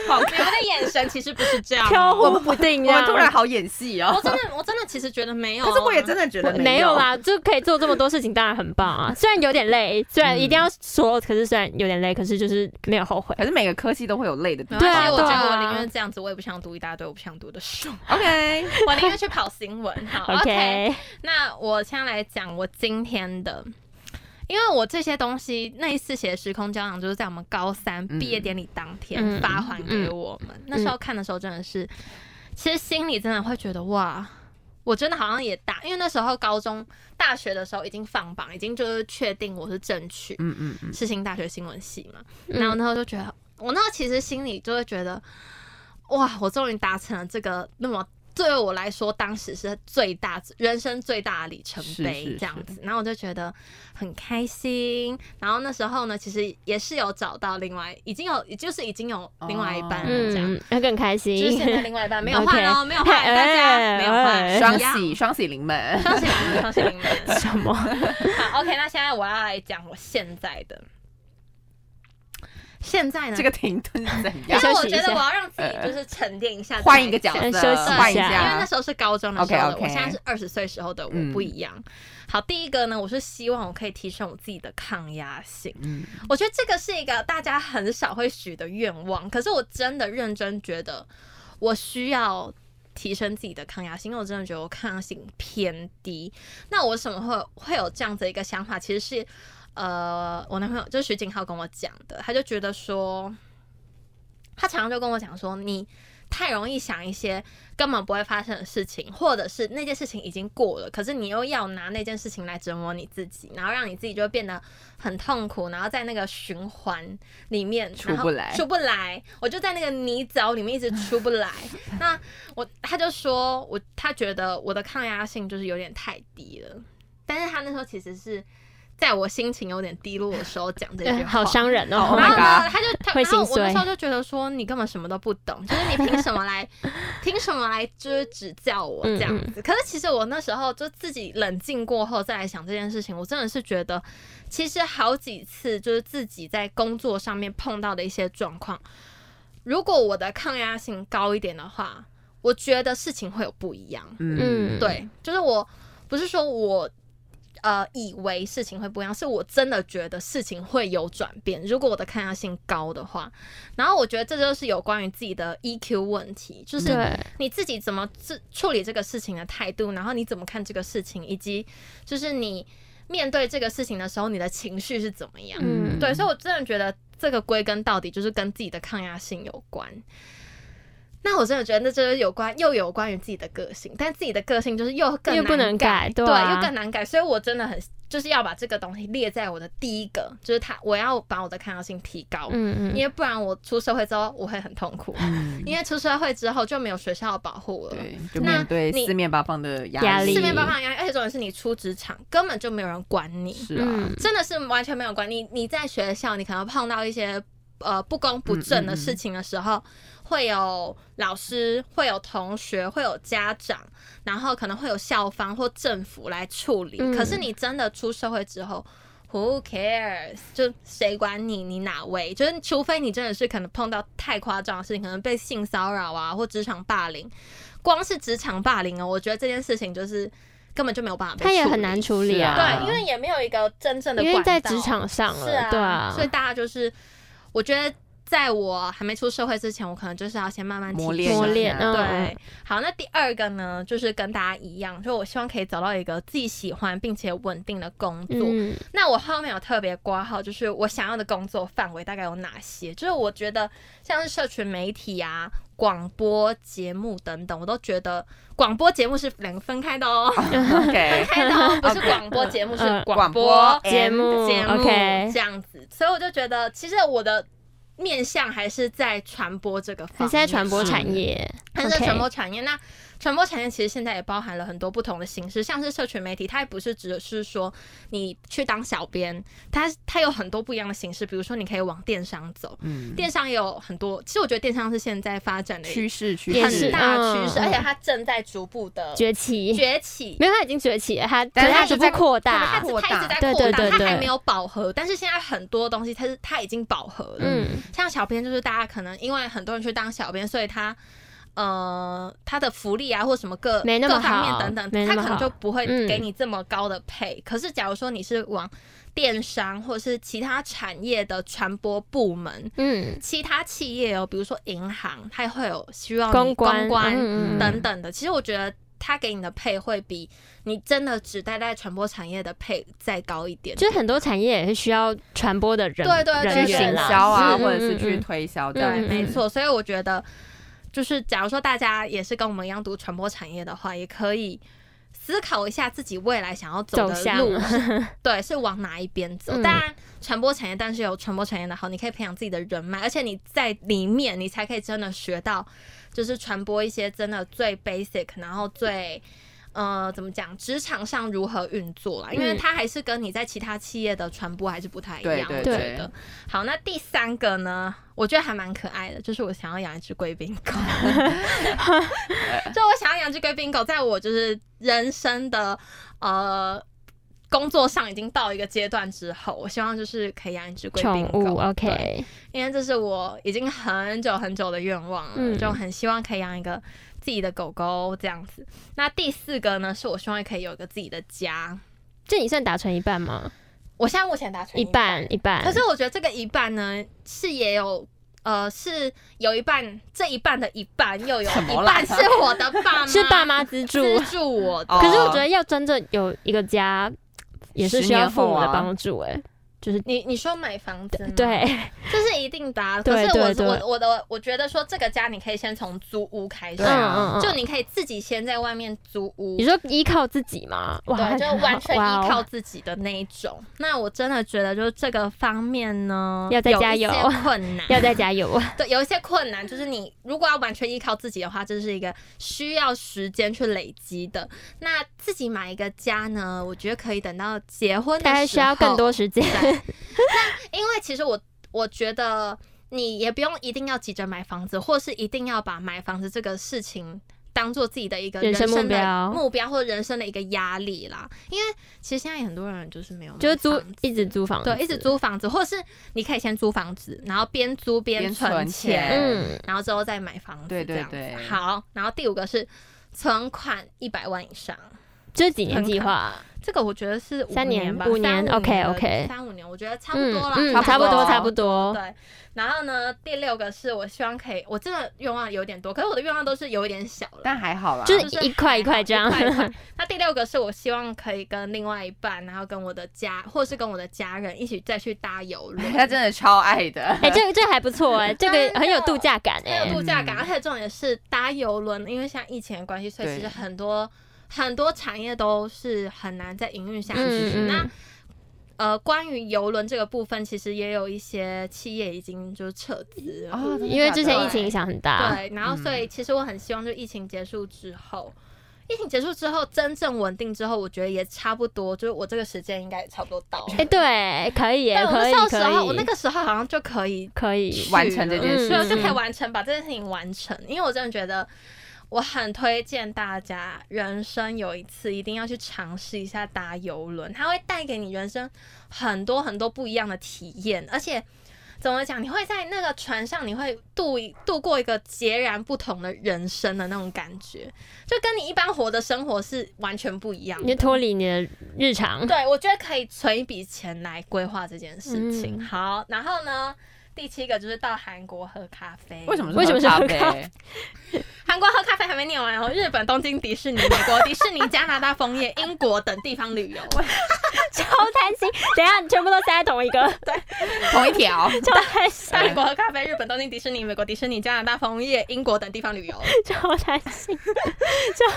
Speaker 2: 好，
Speaker 1: 你们的眼神其实不是这样哦、
Speaker 3: 飘忽
Speaker 1: 我
Speaker 3: 不定
Speaker 2: 我
Speaker 3: 呀
Speaker 2: 们，突然好演戏哦
Speaker 1: 我。真的我真的其实觉得没有、啊
Speaker 2: 可是我也真。的觉得
Speaker 3: 没
Speaker 2: 有
Speaker 3: 有，啦，就可以做这么多事情，当然很棒啊。虽然有点累，虽然一定要说，可是虽然有点累，可是就是没有 后悔。
Speaker 2: 可是每个科系都会有累的地
Speaker 1: 没关系
Speaker 3: 对啊
Speaker 1: 我觉得
Speaker 3: 对
Speaker 1: 我
Speaker 3: 啊
Speaker 1: 宁愿这样子，我也不想读一大堆我不想读的书。
Speaker 2: OK，
Speaker 1: 我宁愿去跑新闻。好 OK，
Speaker 3: OK，
Speaker 1: 那我先来讲我今天的。因为我这些东西那一次写的时空胶囊，就是在我们高三
Speaker 2: 嗯
Speaker 1: 毕业典礼当天
Speaker 3: 嗯
Speaker 1: 发还给我们。那时候看的时候真的是，其实心里真的会觉得哇，我真的好像也大，因为那时候高中、大学的时候已经放榜，已经就是确定我是正取
Speaker 2: 嗯嗯嗯，
Speaker 1: 世新大学新闻系嘛。
Speaker 3: 嗯
Speaker 1: 然后那时候就觉得，我那时候其实心里就会觉得，哇，我终于达成了这个那么。对我来说，当时是最大人生最大的里程
Speaker 2: 是是
Speaker 1: 碑，这样子。然后我就觉得很开心。然后那时候呢，其实也是有找到另外，已经有就是已经有另外一半了，这
Speaker 2: 哦
Speaker 1: 样。
Speaker 3: 嗯，那更开
Speaker 1: 就是现
Speaker 3: 心。
Speaker 1: 在另外一半没有 换哦，没有换，
Speaker 3: 哎
Speaker 1: 大家没有
Speaker 3: 哎
Speaker 1: 换，
Speaker 2: 嗯呃双
Speaker 1: 一样
Speaker 2: 喜双喜临 门，
Speaker 1: 双喜临门，双喜临门。
Speaker 3: 什么？
Speaker 1: 好，OK，那现在我要来讲我现在的，现在呢，
Speaker 2: 这个停顿是怎
Speaker 1: 因为
Speaker 2: 样？
Speaker 3: 休
Speaker 1: 我
Speaker 3: 息一
Speaker 1: 觉得
Speaker 3: 下
Speaker 1: 我要让自己就是沉淀一下，
Speaker 2: 呃换一个角
Speaker 3: 嗯
Speaker 2: 色
Speaker 3: 休息，一
Speaker 2: 换一
Speaker 3: 下
Speaker 1: 因为那
Speaker 2: 下。
Speaker 1: 时候是高中的时候的
Speaker 2: OK，OK
Speaker 1: 我现在是二十岁时候的我
Speaker 2: 嗯
Speaker 1: 不一样。好，第一个呢，我是希望我可以提升我自己的抗压性。
Speaker 2: 嗯，
Speaker 1: 我觉得这个是一个大家很少会许的愿望，可是我真的认真觉得我需要提升自己的抗压性，因为我真的觉得我抗压性偏低。那我为什么会会有这样子一个想法？其实是呃，我男朋友就是徐景浩跟我讲的，他就觉得说，他常常就跟我讲说，你太容易想一些根本不会发生的事情，或者是那件事情已经过了，可是你又要拿那件事情来折磨你自己，然后让你自己就会变得很痛苦，然后在那个循环里面
Speaker 2: 出不来
Speaker 1: 然后出不来，我就在那个泥沼里面一直出不来。那我他就说我他觉得我的抗压性就是有点太低了，但是他那时候其实是。在我心情有点低落的时候讲这句话，
Speaker 3: 嗯 好伤人
Speaker 2: 好
Speaker 3: 哦
Speaker 2: Oh my
Speaker 1: 然后
Speaker 2: god
Speaker 1: 呢，他就他，
Speaker 3: 会
Speaker 1: 然后
Speaker 3: 心
Speaker 1: 我那
Speaker 3: 碎
Speaker 1: 时候就觉得说，你根本什么都不懂，就是你凭什么来，凭什么来就是指教我
Speaker 3: 嗯
Speaker 1: 这样子？可是其实我那时候就自己冷静过后再来想这件事情，我真的是觉得，其实好几次就是自己在工作上面碰到的一些状况，如果我的抗压性高一点的话，我觉得事情会有不一样。
Speaker 2: 嗯
Speaker 3: 嗯，，
Speaker 1: 对，就是我不是说我呃以为事情会不一样，是我真的觉得事情会有转变。如果我的抗压性高的话，然后我觉得这就是有关于自己的 EQ 问题，就是
Speaker 3: 对，
Speaker 1: 你自己怎么自处理这个事情的态度，然后你怎么看这个事情，以及就是你面对这个事情的时候，你的情绪是怎么样。
Speaker 3: 嗯
Speaker 1: 对，所以我真的觉得这个归根到底就是跟自己的抗压性有关。那我真的觉得那就是有关，又有关于自己的个性，但自己的个性就是又更
Speaker 3: 又不
Speaker 1: 难
Speaker 3: 能
Speaker 1: 改，
Speaker 3: 改
Speaker 1: 对，
Speaker 3: 对啊
Speaker 1: 又更难改，所以我真的很就是要把这个东西列在我的第一个，就是他我要把我的抗压性提高，
Speaker 3: 嗯
Speaker 1: 因为不然我出社会之后我会很痛苦，
Speaker 2: 嗯
Speaker 1: 因为出社会之后就没有学校的保护了，
Speaker 2: 对，就
Speaker 1: 那
Speaker 2: 面对
Speaker 1: 你
Speaker 2: 四面八方的
Speaker 3: 压力
Speaker 1: 四面八方的压力，而且重点是你出职场根本就没有人管你，
Speaker 2: 是啊，
Speaker 3: 嗯
Speaker 1: 真的是完全没有关系。你你在学校，你可能碰到一些呃不公不正的事情的时
Speaker 3: 嗯
Speaker 1: 候，会有老师，会有同学，会有家长，然后可能会有校方或政府来处理。
Speaker 3: 嗯
Speaker 1: 可是你真的出社会之后。Who cares？就谁管你？你哪位？就是除非你真的是可能碰到太夸张的事情，可能被性骚扰啊，或职场霸凌。光是职场霸凌哦，我觉得这件事情就是根本就没有办法被处
Speaker 3: 他
Speaker 1: 理。
Speaker 3: 也很难处理
Speaker 2: 是啊
Speaker 3: 啊，
Speaker 1: 对，因为也没有一个真正的
Speaker 3: 因
Speaker 1: 管道，
Speaker 3: 为在职场上
Speaker 1: 是啊
Speaker 3: 了，，对啊
Speaker 1: 所，以大家就是，我觉得在我还没出社会之前，我可能就是要先慢慢
Speaker 2: 磨
Speaker 1: 提
Speaker 2: 练
Speaker 1: 升
Speaker 3: 磨练
Speaker 2: 嗯
Speaker 1: 对，好，那第二个呢，就是跟大家一样，就我希望可以找到一个自己喜欢并且稳定的工作。
Speaker 3: 嗯，
Speaker 1: 那我后面有特别挂号，就是我想要的工作范围大概有哪些？就是我觉得像是社群媒体啊、广播节目等等，我都觉得广播节目是两个分开的哦，
Speaker 2: OK，
Speaker 1: 开的哦，不是广播节目，是
Speaker 3: 嗯
Speaker 1: 广播
Speaker 2: 播
Speaker 3: 节
Speaker 2: and-
Speaker 1: 嗯
Speaker 3: 目
Speaker 1: 节目
Speaker 3: ，OK，
Speaker 1: 这样子，所以我就觉得，其实我的面向还是在传播这个方面，嗯
Speaker 3: 还是在传播产业，
Speaker 1: 还是在
Speaker 3: OK
Speaker 1: 传播产业。那传播产业其实现在也包含了很多不同的形式，像是社群媒体，它也不是只是说你去当小编，它它有很多不一样的形式，比如说你可以往电商走，
Speaker 2: 嗯，
Speaker 1: 电商也有很多。其实我觉得电商是现在发展的
Speaker 2: 趋势趋
Speaker 3: 也
Speaker 1: 很
Speaker 2: 势
Speaker 3: 是，
Speaker 1: 大的趋势，
Speaker 3: 嗯
Speaker 1: 而且它正在逐步的
Speaker 3: 崛起，
Speaker 1: 崛起。
Speaker 3: 没有，他已经崛起了，他
Speaker 2: 但是
Speaker 3: 可是
Speaker 2: 他
Speaker 3: 他
Speaker 2: 一直
Speaker 3: 逐
Speaker 2: 在
Speaker 3: 步扩
Speaker 1: 它
Speaker 3: 大
Speaker 1: 一，直它一直在
Speaker 3: 啊对
Speaker 1: 扩
Speaker 3: 对
Speaker 1: 大，
Speaker 3: 对
Speaker 1: 它
Speaker 3: 对
Speaker 1: 还没有饱和，但是现在很多东西它是它已经饱和了。
Speaker 3: 嗯，
Speaker 1: 像小编就是大家可能因为很多人去当小编，所以他呃他的福利啊或什么各
Speaker 3: 没那么
Speaker 1: 各方面
Speaker 3: 好
Speaker 1: 等等，
Speaker 3: 没
Speaker 1: 他
Speaker 3: 那么
Speaker 1: 可能
Speaker 3: 好
Speaker 1: 就不会
Speaker 3: 嗯
Speaker 1: 给你这么高的配。可是假如说你是往电商或是其他产业的传播部门。
Speaker 3: 嗯，
Speaker 1: 其他企业哦，比如说银行，它也会有需要你
Speaker 3: 公
Speaker 1: 关、
Speaker 3: 关，嗯嗯嗯
Speaker 1: 等等的。其实我觉得他给你的配会比你真的只待在传播产业的配再高一点点，
Speaker 3: 就是很多产业也是需要传播的人，
Speaker 1: 对对对
Speaker 2: 去
Speaker 3: 人
Speaker 1: 对
Speaker 2: 行
Speaker 3: 员啦
Speaker 2: 销啊，
Speaker 3: 嗯
Speaker 2: 或者是
Speaker 3: 嗯
Speaker 2: 去
Speaker 3: 嗯
Speaker 2: 推销这
Speaker 1: 对，
Speaker 2: 样
Speaker 3: 嗯
Speaker 2: 子。
Speaker 1: 没错。所以我觉得，就是假如说大家也是跟我们一样读传播产业的话，也可以思考一下自己未来想要走
Speaker 3: 走
Speaker 1: 的
Speaker 3: 向
Speaker 1: 路 是，对，是往哪一边走。
Speaker 3: 嗯
Speaker 1: 当然，传播产业，但是有传播产业的好，你可以培养自己的人脉，而且你在里面，你才可以真的学到，就是传播一些真的最 basic，然后最。呃，怎么讲？职场上如何运作啦？因为
Speaker 3: 嗯
Speaker 1: 它还是跟你在其他企业的传播还是不太一样。
Speaker 2: 对
Speaker 1: 我
Speaker 2: 对
Speaker 1: 觉得。好，那第三个呢？我觉得还蛮可爱的，就是我想要养一只贵宾 狗。就我想要养只贵宾狗，在我就是人生的呃工作上已经到一个阶段之后，我希望就是可以养一只贵
Speaker 3: 宠
Speaker 1: 宾狗
Speaker 3: 物。哦
Speaker 1: 对
Speaker 3: ，OK，
Speaker 1: 因为这是我已经很久很久的愿望了，
Speaker 3: 嗯
Speaker 1: 就很希望可以养一个自己的狗狗这样子。那第四个呢，是我希望可以有一个自己的家。
Speaker 3: 这你算达成一半吗？
Speaker 1: 我现在目前达成
Speaker 3: 一半一半，
Speaker 1: 可是我觉得这个一半呢，是也有。呃，是有一半，这一半的一半又有
Speaker 2: 什么
Speaker 1: 一
Speaker 2: 啦
Speaker 1: 半是我的爸妈，
Speaker 3: 是爸妈资助。
Speaker 1: 资助我的。
Speaker 2: 哦
Speaker 3: 可是我觉得要真正有一个家，也是需要父母的帮助哎、就是
Speaker 1: 你你说买房子吗，
Speaker 3: 对，
Speaker 1: 这是一定的啊、可
Speaker 3: 对
Speaker 1: 是我
Speaker 3: 对对
Speaker 1: 我我的我觉得说这个家你可以先从租屋开始
Speaker 2: 对，啊
Speaker 1: 就你可以自己先在外面租屋
Speaker 3: 嗯你。说依靠自己嘛？哇，
Speaker 1: 对，就完全依
Speaker 3: 哇
Speaker 1: 靠
Speaker 3: 哦
Speaker 1: 自己的那一种。那我真的觉得，就是这个方面呢，
Speaker 3: 要再加油
Speaker 1: 有一些困难，
Speaker 3: 要再加 油啊！
Speaker 1: 对，有一些困难，就是你如果要完全依靠自己的话，这是一个需要时间去累积的。那自己买一个家呢，我觉得可以等到结婚的时
Speaker 3: 大
Speaker 1: 候，
Speaker 3: 概需要更多时间。
Speaker 1: 因为其实我我觉得你也不用一定要急着买房子，或是一定要把买房子这个事情。当做自己的一个
Speaker 3: 人生
Speaker 1: 生的
Speaker 3: 目标
Speaker 1: 目标或者人生的一个压力啦，因为其实现在也很多人就是没有买
Speaker 3: 就是租
Speaker 1: 房子
Speaker 3: 一直租房，
Speaker 1: 对一直，租房子，或是你可以先租房子，然后边租边
Speaker 2: 边
Speaker 1: 存
Speaker 2: 存
Speaker 1: 钱，
Speaker 2: 钱
Speaker 3: 嗯，
Speaker 1: 然后之后再买房子，
Speaker 2: 对对
Speaker 1: 这样子
Speaker 2: 对
Speaker 1: 好，然后第五个是存款一百万以上，
Speaker 3: 就是几年计划，
Speaker 1: 这个我觉得是五
Speaker 3: 三年
Speaker 1: 年吧，
Speaker 3: 五年
Speaker 1: 三
Speaker 3: ，OK，OK
Speaker 1: 三五年我觉得差不
Speaker 3: 嗯
Speaker 1: 多啦，
Speaker 3: 嗯，
Speaker 2: 差
Speaker 3: 差
Speaker 2: 不
Speaker 3: 不
Speaker 2: 多
Speaker 3: 多差不多，
Speaker 1: 对，然后呢，第六个是我希望可以，我真的愿望有点多，可是我的愿望都是有一点小了。
Speaker 2: 但还好啦，
Speaker 3: 就是
Speaker 1: 就是
Speaker 3: 一块一块这样
Speaker 1: 一。块一 块那第六个是我希望可以跟另外一半，然后跟我的家，或是跟我的家人一起再去搭游轮，
Speaker 2: 他真的超爱的。
Speaker 3: 哎，这个这个还不错哎，这个很有度假感
Speaker 1: 很
Speaker 3: 哎
Speaker 1: 有。度假感。
Speaker 2: 嗯
Speaker 1: 而且重点是搭游轮，因为像疫情的关系，所以
Speaker 2: 对
Speaker 1: 其实很多很多产业都是很难再营运下去。
Speaker 3: 嗯嗯
Speaker 1: 那呃，关于游轮这个部分，其实也有一些企业已经就是撤资了，
Speaker 2: 哦真的
Speaker 3: 因为之前
Speaker 2: 假的
Speaker 3: 疫情影响很大，
Speaker 1: 对，然后所
Speaker 3: 嗯
Speaker 1: 以其实我很希望，就疫情结束之后，疫情结束之后真正稳定之后，我觉得也差不多，就是我这个时间应该也差不多到了。
Speaker 3: 哎，对，可以哎，
Speaker 1: 但我
Speaker 3: 可以
Speaker 1: 那时
Speaker 3: 可
Speaker 1: 候，我那
Speaker 3: 以
Speaker 1: 个时候好像就可以，
Speaker 3: 可以，
Speaker 2: 完成这件事
Speaker 1: 对，
Speaker 3: 嗯
Speaker 1: 我就可以完成把这件事情完成，因为我真的觉得。我很推荐大家，人生有一次一定要去尝试一下搭游轮，它会带给你人生很多很多不一样的体验，而且怎么讲，你会在那个船上，你会度一度过一个截然不同的人生的那种感觉，就跟你一般活的生活是完全不一样的
Speaker 3: 你就。脱离你的日常。
Speaker 1: 对，我觉得可以存一笔钱来规划这件事情。
Speaker 3: 嗯
Speaker 1: 好，然后呢，第七个就是到韩国喝咖啡。
Speaker 2: 为什么是
Speaker 3: 为什么是
Speaker 2: 喝咖
Speaker 3: 喝
Speaker 2: 啡？
Speaker 1: 韩国喝咖啡还没念完哦？日本东京迪士尼、美国迪士尼、加拿大枫叶、英国等地方旅 游。
Speaker 3: 超贪心，等一下你全部都塞在同一个，
Speaker 2: 同一 条，
Speaker 3: 超贪心，
Speaker 1: 韩国喝咖啡，日本东京迪士尼、美国迪士尼、加拿大枫叶、英国等地方旅游。
Speaker 3: 超贪心，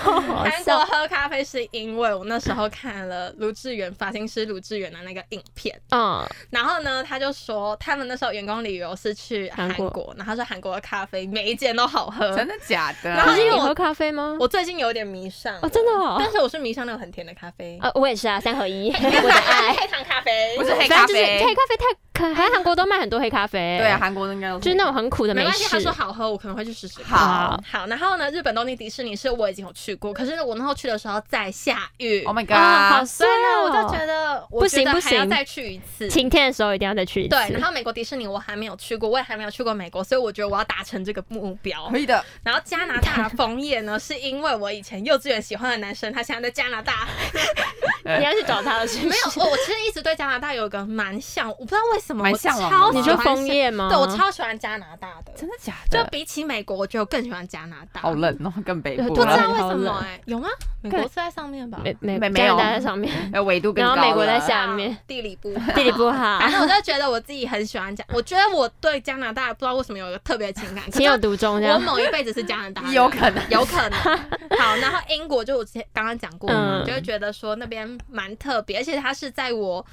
Speaker 3: 超好
Speaker 1: 韩国
Speaker 3: 笑。
Speaker 1: 喝咖啡是因为我那时候看了卢志远发型师卢志远的那个影片，
Speaker 3: 嗯，
Speaker 1: 然后呢，他就说他们那时候员工旅游是去韩
Speaker 3: 韩国
Speaker 1: 国，然后他说韩国的咖啡每一间都好喝，
Speaker 2: 真的假的？
Speaker 1: 然
Speaker 3: 可
Speaker 1: 后
Speaker 3: 是
Speaker 1: 因
Speaker 3: 你
Speaker 1: 为我
Speaker 3: 喝咖啡吗？
Speaker 1: 我最近有点迷上
Speaker 3: 哦，真的
Speaker 1: 了
Speaker 3: 哦。
Speaker 1: 但是我是迷上那种很甜的咖啡，
Speaker 3: 呃，我也是啊，三 合一，我的爱。
Speaker 1: 黑糖咖啡
Speaker 2: 不。是黑咖
Speaker 3: 反正就是黑
Speaker 2: 啡，
Speaker 3: 咖啡太可，
Speaker 1: 哎
Speaker 3: 还韩国都卖很多黑咖啡。
Speaker 2: 对啊，，韩国应该都
Speaker 3: 就是那种很苦的
Speaker 1: 没
Speaker 3: 美
Speaker 1: 关系，
Speaker 3: 式。
Speaker 1: 他说好喝，我可能会去试试看。
Speaker 2: 好。
Speaker 1: 好，然后呢，日本东京迪士尼是我已经有去过，可是我那时候去的时候在下雨，
Speaker 2: Oh my
Speaker 3: 啊，好
Speaker 2: god！
Speaker 1: 所
Speaker 3: 帅
Speaker 1: 以呢，
Speaker 3: 哦！
Speaker 1: 我就觉得我
Speaker 3: 不行
Speaker 1: 觉得
Speaker 3: 不
Speaker 1: 还要
Speaker 3: 行
Speaker 1: 再去一次。
Speaker 3: 晴天的时候一定要再去一次。
Speaker 1: 对，然后美国迪士尼我还没有去过，我也还没有去过美国，所以我觉得我要达成这个目标
Speaker 2: 可。以的，
Speaker 1: 然后加拿大的枫叶呢，是因为我以前幼稚园喜欢的男生，他现在在加拿 大。
Speaker 3: 你要去找他了，是不
Speaker 1: 没哦
Speaker 3: 是？
Speaker 1: 有，我我其实一直对加拿大有一个蛮向，我不知道为什么
Speaker 2: 蛮
Speaker 1: 我
Speaker 2: 向往的
Speaker 1: 超
Speaker 2: 吗
Speaker 3: 你
Speaker 1: 喜
Speaker 3: 说
Speaker 1: 欢
Speaker 3: 枫
Speaker 1: 是
Speaker 3: 叶吗？
Speaker 1: 对我超喜欢加拿大的，
Speaker 2: 真的假
Speaker 1: 就
Speaker 2: 的？
Speaker 1: 比起美国，我觉得我更喜欢加拿大。
Speaker 2: 好，冷哦，更北部
Speaker 1: 不知
Speaker 3: 多
Speaker 2: 了，
Speaker 1: 道
Speaker 3: 冷
Speaker 1: 为
Speaker 3: 好
Speaker 1: 什么
Speaker 3: 冷
Speaker 1: 哎、有吗？美国是在上面吧？
Speaker 3: 美美
Speaker 2: 没没
Speaker 3: 加拿
Speaker 2: 有
Speaker 3: 大在上面，
Speaker 2: 呃，纬度更
Speaker 3: 然
Speaker 2: 高了。
Speaker 3: 后美国在下
Speaker 1: 啊
Speaker 3: 面，
Speaker 1: 地理不
Speaker 3: 地理不好，
Speaker 1: 反正我就觉得我自己很喜欢加，我觉得我对加拿大不知道为什么有一个特别情 感，可
Speaker 3: 情有
Speaker 1: 是
Speaker 3: 独钟这
Speaker 1: 我
Speaker 3: 样。
Speaker 1: 某一辈子是加拿大 人，
Speaker 2: 有可能
Speaker 1: 有可能。好，然后英国就我之前刚刚讲过嘛，
Speaker 3: 嗯
Speaker 1: 就会觉得说那边蛮特别，而且它是在我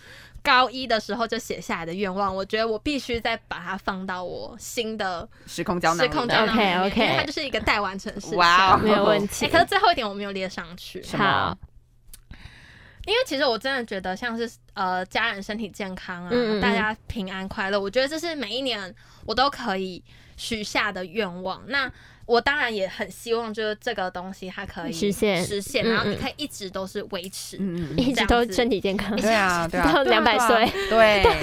Speaker 1: 高一的时候就写下来的愿望，我觉得我必须再把它放到我新的
Speaker 2: 时空胶囊
Speaker 1: 时
Speaker 2: 里面，
Speaker 1: 空胶囊里面
Speaker 3: OK，OK
Speaker 1: 因为它就是一个待完成事项。
Speaker 2: 哇哦，
Speaker 3: 没有问题
Speaker 1: 哎、可是最后一点我没有列上去，
Speaker 2: 什么？
Speaker 1: 因为其实我真的觉得，像是呃家人身体健康啊，
Speaker 3: 嗯嗯嗯
Speaker 1: 大家平安快乐，我觉得这是每一年我都可以许下的愿望。那我当然也很希望，就是这个东西它可以
Speaker 3: 实现
Speaker 1: 实现，
Speaker 3: 嗯嗯
Speaker 1: 然后你可以一直都是维持，
Speaker 2: 嗯，嗯嗯
Speaker 3: 一直都身体健康，
Speaker 2: 对啊，对啊，
Speaker 3: 到
Speaker 2: 对啊
Speaker 3: 200岁，
Speaker 2: 对啊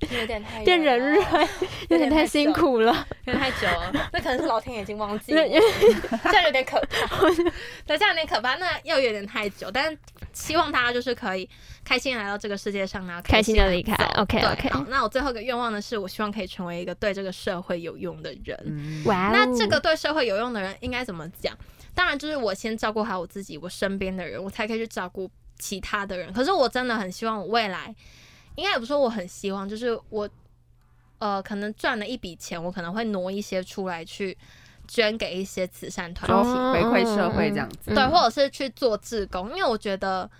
Speaker 2: 对，
Speaker 1: 有点太
Speaker 3: 变人 瑞，哎有点太辛苦了。
Speaker 1: 有点太久了，那可能是老天已经忘记
Speaker 3: 因
Speaker 1: 了，
Speaker 3: 为因为
Speaker 1: 这样有点可 怕，对，这样有点可怕，那又有点太久，但是希望大家就是可以开心地来到这个世界上，然后
Speaker 3: 开心
Speaker 1: 心
Speaker 3: 的
Speaker 1: 地
Speaker 3: 离开
Speaker 1: 走
Speaker 3: OK，OK
Speaker 1: 对好那我最后一个愿望呢，是我希望可以成为一个对这个社会有用的人。
Speaker 2: 嗯
Speaker 3: 哇哦，
Speaker 1: 那这个对社会有用的人应该怎么讲？当然就是我先照顾好我自己，我身边的人，我才可以去照顾其他的人。可是我真的很希望我未来，应该也不是说我很希望，就是我呃可能赚了一笔钱，我可能会挪一些出来去捐给一些慈善团
Speaker 2: 就
Speaker 1: 体，
Speaker 2: 回馈社会这样子
Speaker 3: 嗯
Speaker 1: 对，或者是去做志工，因为我觉得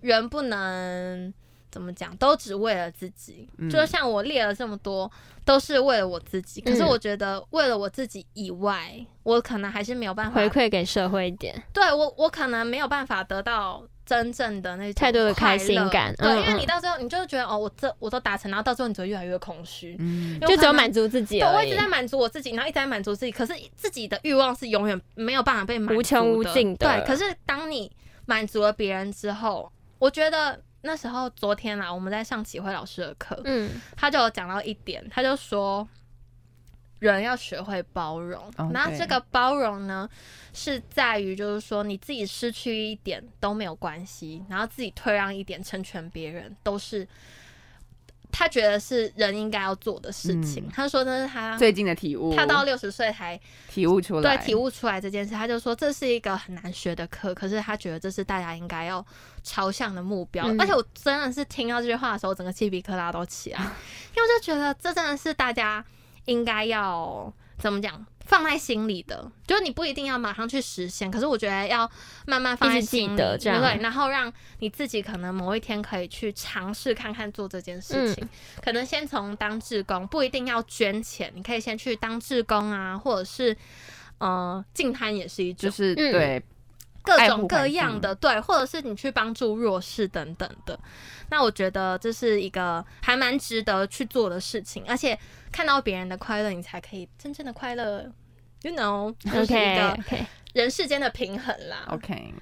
Speaker 1: 人不能。怎么讲，都只为了自己。
Speaker 2: 嗯
Speaker 1: 就是像我列了这么多，都是为了我自己。可是
Speaker 3: 嗯
Speaker 1: 我觉得，为了我自己以外，我可能还是没有办法
Speaker 3: 回馈给社会一点，
Speaker 1: 对我，我可能没有办法得到真正的那种
Speaker 3: 太多的
Speaker 1: 快
Speaker 3: 开
Speaker 1: 乐
Speaker 3: 心感
Speaker 1: 对，
Speaker 3: 嗯
Speaker 1: 因为
Speaker 3: 嗯
Speaker 1: 你到最后，你就觉得哦，我这我都达成，然后到最后你只会越来越空虚，
Speaker 2: 嗯
Speaker 1: 因为我
Speaker 3: 就只有
Speaker 1: 可能
Speaker 3: 满足自己
Speaker 1: 对，我
Speaker 3: 而
Speaker 1: 一
Speaker 3: 已
Speaker 1: 直，在满足我自己，然后一直在满足自己，可是自己的欲望是永远没有办法被满足的
Speaker 3: 无穷无尽的
Speaker 1: 对，可是当你满足了别人之后，我觉得那时候昨天啦，我们在上启慧老师的课，
Speaker 3: 嗯，
Speaker 1: 他就有讲到一点，他就说人要学会包容。
Speaker 2: 哦
Speaker 1: 那
Speaker 2: 对
Speaker 1: 这个包容呢，是在于就是说你自己失去一点都没有关系，然后自己退让一点，成全别人，都是他觉得是人应该要做的事情。
Speaker 2: 嗯
Speaker 1: 他说那是他。
Speaker 2: 最近的体悟，
Speaker 1: 他到六十岁才
Speaker 2: 体悟出来，
Speaker 1: 对体悟出来这件事，他就说这是一个很难学的课，可是他觉得这是大家应该要朝向的目标。
Speaker 3: 嗯
Speaker 1: 而且我真的是听到这句话的时候，整个鸡皮疙瘩都起来， 因为我就觉得这真的是大家应该要怎么讲放在心里的，就是你不一定要马上去实现，可是我觉得要慢慢放在
Speaker 3: 一直记
Speaker 1: 心里，
Speaker 3: 得这样
Speaker 1: 对，然后让你自己可能某一天可以去尝试看看做这件
Speaker 3: 嗯
Speaker 1: 事情。可能先从当志工，不一定要捐钱，你可以先去当志工啊，或者是呃进摊也是一种，
Speaker 2: 就是
Speaker 3: 嗯
Speaker 2: 对
Speaker 1: 各
Speaker 2: 爱护
Speaker 1: 种各
Speaker 2: 环境
Speaker 1: 样的对，或者是你去帮助弱势等等的。那我觉得这是一个还蛮值得去做的事情，而且看到别人的快乐，你才可以真正的快乐。You know，就是一
Speaker 3: OK
Speaker 1: 个
Speaker 3: OK，
Speaker 1: 人世间的平衡啦。
Speaker 2: OK，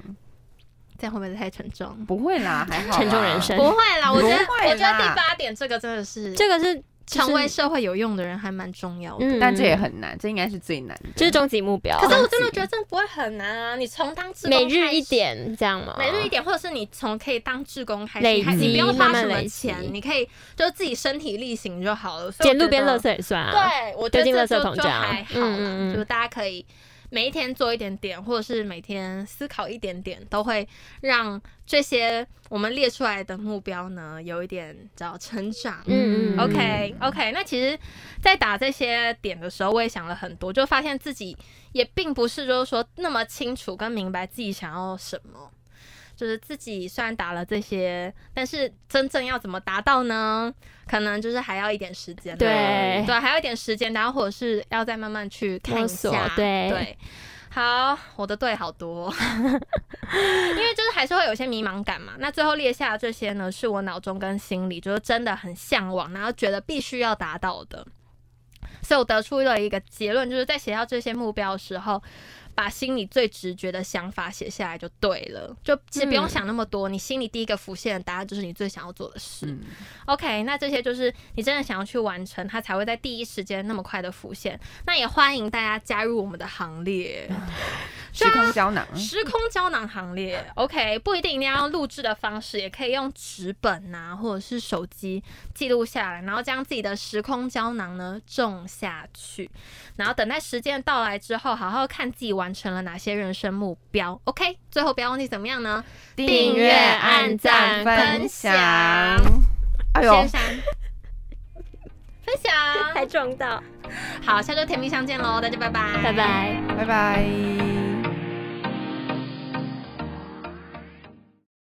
Speaker 1: 这样会不会太沉重？
Speaker 2: 不会啦，还好啦，
Speaker 3: 沉重人生
Speaker 1: 不会啦，我觉得
Speaker 2: 不会
Speaker 1: 我觉得
Speaker 2: 啦
Speaker 1: 第八点这个真的是
Speaker 3: 这个是
Speaker 1: 成为
Speaker 3: 就是
Speaker 1: 社会有用的人还蛮重要的。
Speaker 3: 嗯，
Speaker 2: 但这也很难，这应该是最难的，
Speaker 3: 这是终极目标，
Speaker 1: 可是我真的觉得这不会很难啊，你从当志工
Speaker 3: 每日
Speaker 1: 开
Speaker 3: 一
Speaker 1: 始，
Speaker 3: 点这样吗？
Speaker 1: 每日一点，或者是你从可以当志工开始，
Speaker 3: 累
Speaker 1: 还你
Speaker 2: 积
Speaker 1: 不用
Speaker 3: 慢
Speaker 1: 花
Speaker 3: 慢
Speaker 1: 什么
Speaker 3: 累积
Speaker 1: 钱，你可以就是自己身体力行就好了。所以我
Speaker 3: 捡路边
Speaker 1: 觉
Speaker 3: 垃
Speaker 1: 得，
Speaker 3: 圾也算啊，
Speaker 1: 对我觉得
Speaker 3: 丢进垃
Speaker 1: 这就
Speaker 3: 圾桶
Speaker 1: 就
Speaker 3: 这样
Speaker 1: 还好啦，
Speaker 3: 嗯嗯嗯
Speaker 1: 就是大家可以。每一天做一点点，或者是每天思考一点点，都会让这些我们列出来的目标呢，有一点叫成长。
Speaker 3: 嗯嗯嗯
Speaker 1: OK OK，那其实，在打这些点的时候，我也想了很多，就发现自己也并不是就是说那么清楚跟明白自己想要什么。就是自己虽然打了这些，但是真正要怎么达到呢？可能就是还要一点时间。
Speaker 3: 对
Speaker 1: 对，还要一点时间，然后或者是要再慢慢去看一
Speaker 3: 摸索
Speaker 1: 下。
Speaker 3: 对
Speaker 1: 对。好，我的队好多， 因为就是还是会有一些迷茫感嘛。那最后列下的这些呢，是我脑中跟心里就是真的很向往，然后觉得必须要达到的。所以我得出了一个结论，就是在写到这些目标的时候，把心里最直觉的想法写下来就对了，就其实不用
Speaker 3: 嗯
Speaker 1: 想那么多，你心里第一个浮现的答案就是你最想要做的事。
Speaker 2: 嗯，
Speaker 1: OK，那这些就是你真的想要去完成，它才会在第一时间那么快的浮现。那也欢迎大家加入我们的行列。
Speaker 2: 时空胶囊，
Speaker 1: 时空胶囊行列，OK，不一定一定要用录制的方式，也可以用纸本呐、或者是手机记录下来，然后将自己的时空胶囊呢种下去，然后等待时间到来之后，好好看自己完成了哪些人生目标。OK，最后不要忘记怎么样呢？订阅按赞分享
Speaker 2: 哎呦
Speaker 1: 先，上 分享，
Speaker 3: 还撞到，
Speaker 1: 好，下周甜蜜相见喽，大家拜拜，
Speaker 3: 拜拜。
Speaker 2: 拜拜。